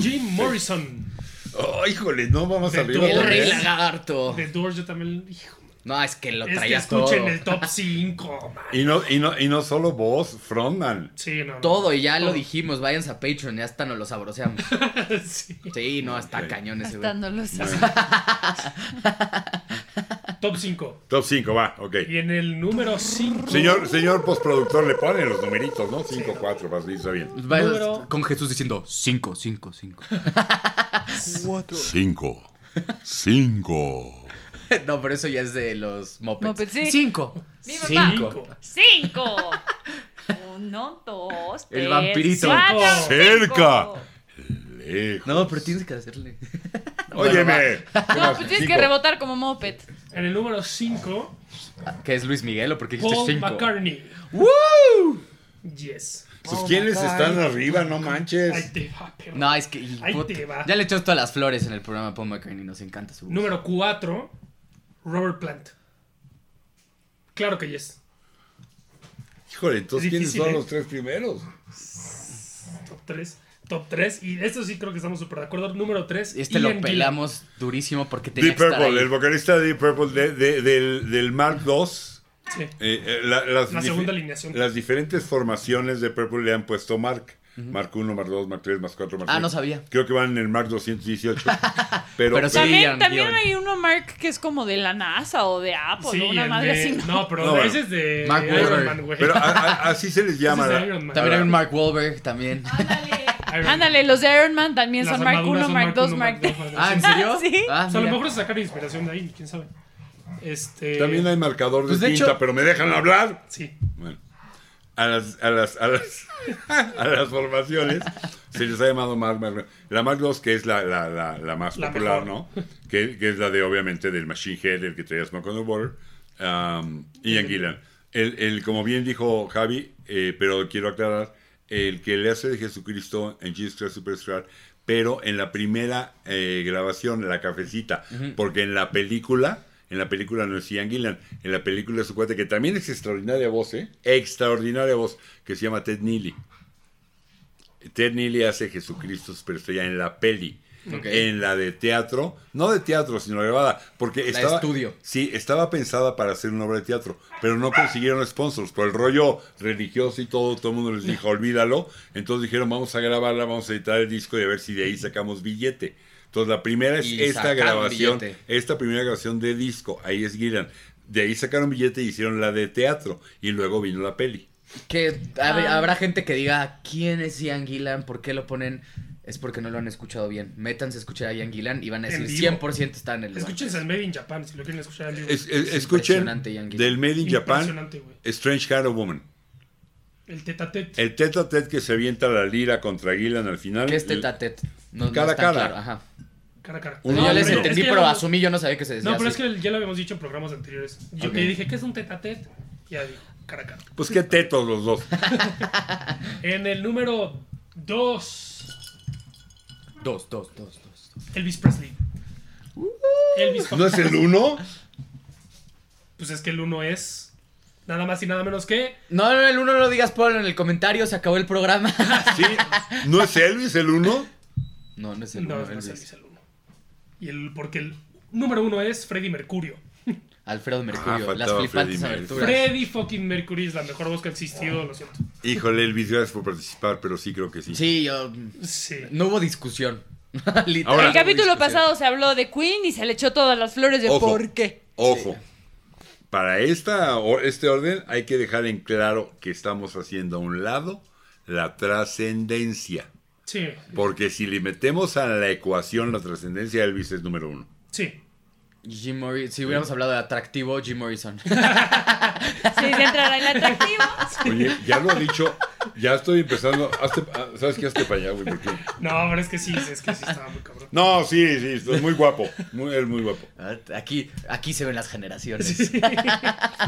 S3: Jim Morrison.
S1: Oh, híjole, no vamos
S3: De
S1: arriba.
S3: todo.
S2: El
S1: otra
S2: rey
S1: vez.
S2: lagarto.
S3: The Doors yo también. Hijo,
S2: No, es que lo
S3: es que
S2: traías
S3: escuchen
S2: todo.
S3: el top 5.
S1: Y no, y, no, y no solo vos, Frontman.
S3: Sí, no. no.
S2: Todo, y ya lo dijimos, váyanse a Patreon, ya hasta nos lo sabroseamos.
S3: Sí.
S2: Sí, no, está
S1: Ok.
S2: cañón ese
S4: Hasta
S2: güey.
S4: no lo sé.
S3: Top 5.
S1: Top 5, va, ok.
S3: Y en el número 5.
S1: Señor, señor postproductor, le ponen los numeritos, ¿no? 5, 4, más bien, está bien.
S2: Va-
S3: Número-
S2: Con Jesús diciendo 5, 5, 5.
S1: 5, 5.
S2: No, pero eso ya es de los Mopeds.
S4: Mopeds, sí.
S2: 5.
S4: Mi mamá.
S2: 5.
S4: Cinco. Uno, dos, tres.
S2: El vampirito.
S4: cuatro,
S3: Cinco.
S1: Cerca.
S4: cinco.
S1: Lejos.
S2: No, pero tienes que hacerle.
S1: Óyeme.
S4: No, pues tienes que rebotar como moped.
S3: En el número 5.
S2: ¿Qué Ah, es Luis Miguel o porque dijiste
S3: Paul
S2: 5?
S3: McCartney.
S2: ¡Woo!
S3: Yes.
S1: Pues
S3: Oh
S1: quienes están arriba, no
S3: Ahí
S1: manches.
S3: te va, perro.
S2: No, es que. y
S3: Ahí
S2: puta,
S3: te va.
S2: Ya le echamos todas las flores en el programa a Paul McCartney. Nos encanta su voz.
S3: Número 4. Robert Plant. Claro que yes.
S1: Híjole, entonces
S3: Es
S1: ¿quiénes
S3: difícil,
S1: son
S3: ¿eh?
S1: los tres primeros?
S3: Top 3. Top 3. Y esto sí creo que estamos súper de acuerdo. Número 3.
S2: Este lo pelamos durísimo porque tenía
S1: Deep
S2: que estar
S1: Purple,
S2: ahí.
S1: el vocalista de Deep Purple de- de- del, del Mark II.
S3: Sí.
S1: Eh, eh, la, las
S3: La
S1: dife-
S3: segunda alineación.
S1: Las diferentes formaciones de Purple le han puesto Mark. Mark 1, Mark 2, Mark 3, Mark 4, Mark
S2: Ah,
S1: 5.
S2: no sabía.
S1: Creo que van en el Mark 218. pero,
S2: Pero sí.
S4: También,
S2: Guión,
S4: también
S2: guión.
S4: hay uno, Mark, que es como de la NASA o de Apple,
S3: Sí,
S4: o Pues una
S3: el
S4: madre
S3: de-
S4: así. ¿no?
S3: No, pero
S1: No, bueno.
S3: ese es de
S2: Mark
S3: Iron
S2: Wahlberg.
S3: Man, güey.
S1: pero ah, a- a- así se les llama.
S3: Ese es
S1: la-
S3: de Iron Man.
S2: También hay un
S1: Ahora-
S2: Mark Wahlberg también.
S3: Iron Man.
S4: Ándale, los de Iron Man también
S3: Las
S4: son Mark I,
S3: armaduras son
S4: Mark II,
S3: uno,
S4: Mark
S3: dos,
S4: III.
S3: Mark
S2: Ah,
S3: dos,
S2: ¿en
S3: sí.
S2: serio?
S4: Sí.
S2: Ah,
S3: O sea, a lo
S2: mira.
S3: mejor es sacar inspiración de ahí, quién sabe. Este.
S1: También hay marcador de
S2: Pues, de
S1: tinta,
S2: hecho-
S1: pero me dejan hablar.
S3: Sí.
S1: Bueno, a las, a las, a las, a las formaciones se les ha llamado Mark, Mark- La Mark II, que es la, la, la, la más
S3: La
S1: popular,
S3: mejor.
S1: ¿no? Que, que es la de, obviamente, del Machine Head, el que traía Smoke on the Water, um, Ian Gillan. El, el, como bien dijo Javi, eh, pero quiero aclarar, el que le hace de Jesucristo en Jesus Christ Superstar, pero en la primera eh, grabación, la cafecita, porque en la película... En la película no es Ian Gillan, en la película es su cuate, que también es extraordinaria voz, ¿eh? Extraordinaria voz, que se llama Ted Neely. Ted Neely hace Jesucristo Superestrella en la peli.
S2: Ok.
S1: En la de teatro, no de teatro, sino grabada, porque estaba
S2: estudio.
S1: Sí, estaba pensada para hacer una obra de teatro, pero no consiguieron sponsors por el rollo religioso y todo, todo el mundo les dijo, olvídalo. Entonces dijeron, vamos a grabarla, vamos a editar el disco y a ver si de ahí sacamos billete. Entonces la primera es
S2: Y
S1: esta
S2: sacaron
S1: grabación,
S2: billete.
S1: esta primera grabación de disco, ahí es Gillian. De ahí sacaron billete y hicieron la de teatro y luego vino la peli.
S2: Que hab-
S4: Ah.
S2: habrá gente que diga, ¿quién es Ian Gillan? ¿Por qué lo ponen? Es porque no lo han escuchado bien. Métanse a escuchar a Ian Gillan y van a
S3: En
S2: decir,
S3: vivo.
S2: 100% está en el lugar.
S3: Escúchense el Made in Japan si lo quieren escuchar en vivo.
S1: Es- es-
S2: Es
S1: escuchen
S2: impresionante, Ian Gillan.
S1: del Made in Japan,
S3: Impresionante, güey.
S1: Strange Heart of Woman.
S3: El teta tete.
S1: El tete a tete que se avienta la lira contra Gillan al final.
S2: ¿Qué es tete a tete? No, no
S1: Cara a
S2: está
S1: cara.
S2: claro, Ajá.
S3: Cara a cara.
S1: Un- No,
S2: yo les
S1: pero-
S2: entendí,
S3: es que ya
S2: pero
S3: lo-
S2: asumí, yo no sabía que se decía
S3: No, pero es
S2: así.
S3: que ya lo habíamos dicho en programas anteriores. Yo
S2: Ok.
S3: te dije, ¿qué es un teta tete? Ya digo, cara a cara.
S1: Pues qué tetos los dos.
S3: En el número 2,
S2: Dos, dos, dos, dos. dos.
S3: Elvis Presley.
S2: Uh-huh.
S3: Elvis
S1: ¿No es el uno?
S3: Pues es que el 1 es nada más y nada menos que
S2: No, no, el uno no lo digas, Paul, en el comentario, se acabó el programa.
S1: Sí. ¿No es Elvis el uno?
S2: no, no es el
S3: no,
S2: uno,
S3: no es
S2: Elvis.
S3: Elvis el 1. Y el porque el número 1 es Freddie Mercurio.
S2: Alfredo Mercurio,
S1: faltaba
S2: las
S1: Freddie
S2: flipantes
S1: Mercury.
S2: aberturas.
S3: Freddie fucking Mercury es la mejor voz que ha existido, lo siento.
S1: Híjole, Elvis, gracias por participar, pero sí creo que sí.
S2: Sí, yo...
S3: Sí.
S2: No hubo discusión.
S1: Ahora-
S2: Literal, no
S4: el
S2: hubo
S4: capítulo
S2: discusión.
S4: pasado se habló de Queen y se le echó todas las flores de
S1: Ojo.
S4: por qué.
S1: Ojo. Para esta, o- este orden hay que dejar en claro que estamos haciendo a un lado la trascendencia.
S3: Sí,
S1: Porque si le metemos a la ecuación la trascendencia de Elvis es número uno.
S3: sí.
S2: Jim Morrison. Si hubiéramos hablado de atractivo, Jim Morrison.
S4: Sí, se entrará el atractivo.
S1: Oye, ya lo ha dicho, ya estoy empezando. hazte- ah, ¿Sabes qué? Hazte para allá, güey. porque-
S3: No, pero es que sí, es que sí estaba muy cabrón.
S1: No, sí, sí, estás muy guapo. Muy, eres muy guapo.
S2: Aquí, aquí se ven las generaciones.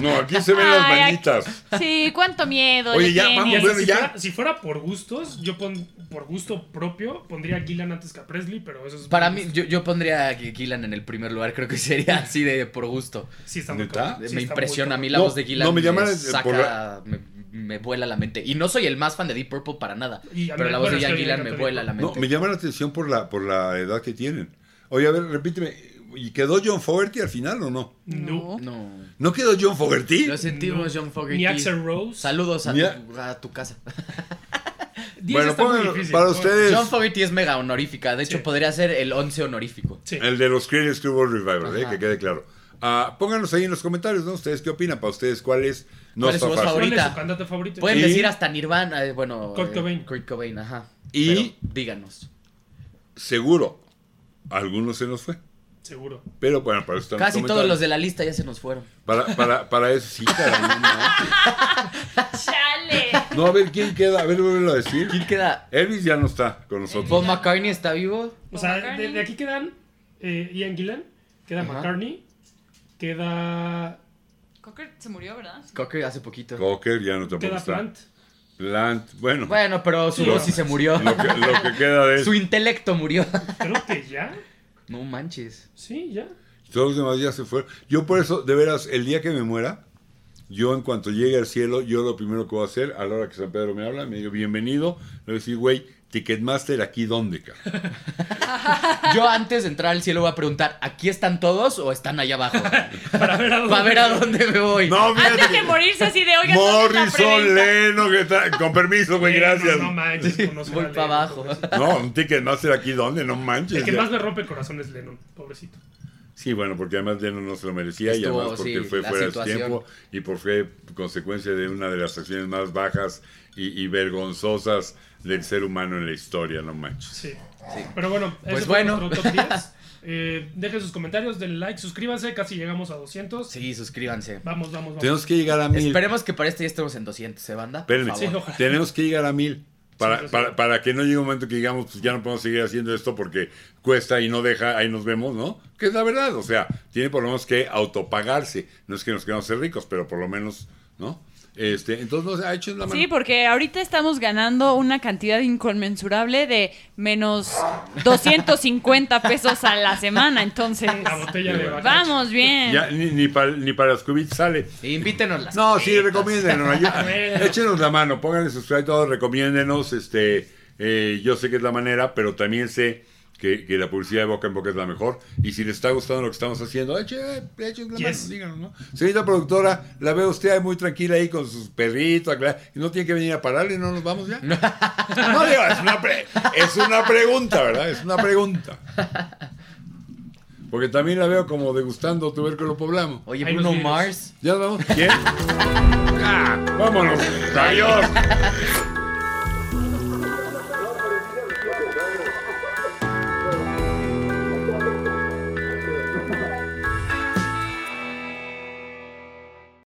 S1: No, aquí se ven las
S4: Ay, aquí-
S1: manitas.
S4: Sí, cuánto miedo.
S1: Oye,
S4: le
S1: ya,
S4: tienen.
S3: Y hasta
S1: Ah, Bueno,
S3: si,
S1: ya.
S3: Fuera, si fuera por gustos, yo pon, por gusto propio pondría a Gillan antes que a Presley, pero eso es.
S2: Para mí, yo, yo pondría a Gillan en el primer lugar. Creo que sería así de por gusto.
S3: Sí, está muy
S1: ¿Neta?
S3: cabrón. Sí,
S2: me
S3: está
S2: impresiona
S3: muy
S2: a mí la
S1: No,
S2: voz de Gillan.
S1: no, me
S2: me
S1: llama, eh,
S2: saca,
S1: por la-
S2: me, me vuela la mente. Y no soy el más fan de Deep Purple para nada.
S3: Y a mí-
S2: Pero la voz de
S3: bueno, es que
S2: Ian
S3: a mí me
S2: Gillan me
S3: encanta
S2: vuela la
S1: No,
S2: mente.
S1: me llama la atención por la, por la edad que tienen. Oye, a ver, repíteme, ¿y quedó John Fogerty al final o no?
S3: No.
S2: No.
S1: ¿No quedó John Fogerty?
S2: Lo sentimos, John Fogerty.
S3: Ni Axel Rose.
S2: Saludos a,
S1: Ni a-
S2: tu, a tu casa.
S3: Diez
S1: Bueno,
S3: está muy
S1: pónganlo
S3: difícil,
S1: para
S3: pónganlo.
S1: ustedes.
S2: John Fogerty es mega honorífica. De hecho,
S3: Sí.
S2: podría ser el once honorífico.
S3: Sí.
S1: El de los Creed Screwball Revival, eh,
S2: Ajá.
S1: que quede claro. Ah, pónganos ahí en los comentarios, ¿no? Ustedes qué opinan, para ustedes cuál es
S2: ¿Cuál es
S1: nuestra
S2: su voz
S1: fase.
S2: favorita?
S3: ¿Cuál es su cantante favorito?
S2: Pueden
S1: Y-
S2: decir hasta Nirvana, eh, bueno.
S3: Kurt
S2: eh,
S3: Cobain.
S2: Kurt Cobain, ajá.
S1: Y-
S2: Pero díganos.
S1: Seguro, algunos se nos fue.
S3: Seguro.
S1: Pero bueno, para eso están
S2: Casi todos
S1: comentarios.
S2: los de la lista ya se nos fueron.
S1: Para, para, para eso sí, caray,
S4: Chale.
S1: no. No, a ver, ¿quién queda? A ver, vuelvo a decir.
S2: ¿Quién queda?
S1: Elvis ya no está con nosotros.
S2: ¿Bob McCartney está vivo?
S3: O sea,
S4: McCartney.
S3: de, de aquí quedan eh, Ian Gillan, queda
S2: Ajá.
S3: McCartney, queda.
S4: Cocker se murió, ¿verdad?
S2: Cocker hace poquito.
S1: Cocker ya no tampoco
S3: queda
S1: está.
S3: Plant.
S1: Plant, bueno.
S2: Bueno, pero su
S3: Sí.
S2: voz sí se murió.
S1: Lo que, lo que queda de
S2: Su
S1: él.
S2: intelecto murió.
S3: Creo que ya.
S2: No manches.
S3: Sí, ya.
S1: Todos los demás ya se fueron. Yo por eso, de veras, el día que me muera, yo en cuanto llegue al cielo, yo lo primero que voy a hacer, a la hora que San Pedro me habla, me digo, bienvenido, le voy a decir, güey, Ticketmaster, ¿aquí dónde, cara?
S2: Yo antes de entrar al cielo voy a preguntar, ¿aquí están todos o están allá abajo?
S3: Para ver a dónde.
S2: Para ver a dónde me voy.
S1: No,
S4: Antes de
S1: fíjate.
S4: morirse así de oigan, ¿dónde está
S1: Morrison
S4: preventa?
S1: Leno, que está- con permiso, güey,
S3: Eh,
S1: gracias.
S3: No, no manches, conocer
S2: voy
S3: a
S2: para
S3: Lennon,
S2: abajo.
S3: pobrecito.
S1: No, un Ticketmaster aquí dónde, no manches.
S3: El que
S1: ya.
S3: más me rompe el corazón es Lennon, pobrecito.
S1: Sí, bueno, porque además Lennon no se lo merecía
S2: Estuvo,
S1: y además porque
S2: sí,
S1: fue
S2: la
S1: fuera
S2: situación.
S1: de su tiempo y por fue consecuencia de una de las acciones más bajas y, y vergonzosas del ser humano en la historia, no manches.
S3: Sí. Pero bueno,
S2: Pues
S3: ese fue
S2: bueno.
S3: nuestro top 10. Eh, dejen sus comentarios, denle like, suscríbanse, casi llegamos a 200.
S2: Sí, suscríbanse.
S3: Vamos, vamos, vamos.
S1: Tenemos que llegar a mil.
S2: Esperemos que para este ya estemos en 200, ¿se banda? Por
S1: Espérenme,
S2: favor.
S3: Sí, ojalá.
S1: tenemos que llegar a mil.
S3: Sí,
S1: Para,
S3: sí.
S1: para, para que no llegue un momento que digamos, pues ya no podemos seguir haciendo esto porque cuesta y no deja, ahí nos vemos, ¿no? Que es la verdad, o sea, tiene por lo menos que autopagarse. No es que nos queramos ser ricos, pero por lo menos, ¿no? Este, entonces, no, sé, ah, echen la mano.
S4: Sí, porque ahorita estamos ganando una cantidad inconmensurable de menos 250 pesos a la semana, entonces
S3: La botella de Bacardi.
S4: vamos bien.
S1: Ya, ni, ni para ni para las cubitas sale.
S2: Invítenos las
S1: No, sí,
S2: citas.
S1: recomiéndenos. ayu-
S3: Bueno.
S1: Échenos la mano, pónganle subscribe todo, recomiéndenos. Este, eh, yo sé que es la manera, pero también sé que, que la publicidad de boca en boca es la mejor. Y si les está gustando lo que estamos haciendo, eche, echen la
S3: Yes.
S1: mano, díganos, ¿no? Señorita productora, la veo usted muy tranquila ahí con sus perritos, acá, y no tiene que venir a pararle, ¿no nos vamos ya? No, digo, es una, pre- es una pregunta, ¿verdad? Es una pregunta. Porque también la veo como degustando tubérculo poblano.
S2: Oye,
S3: Ahí
S2: Bruno
S3: nos vienes.
S2: Mars.
S1: ¿Ya nos vamos? ¿Quién? Ah, vámonos. Adiós.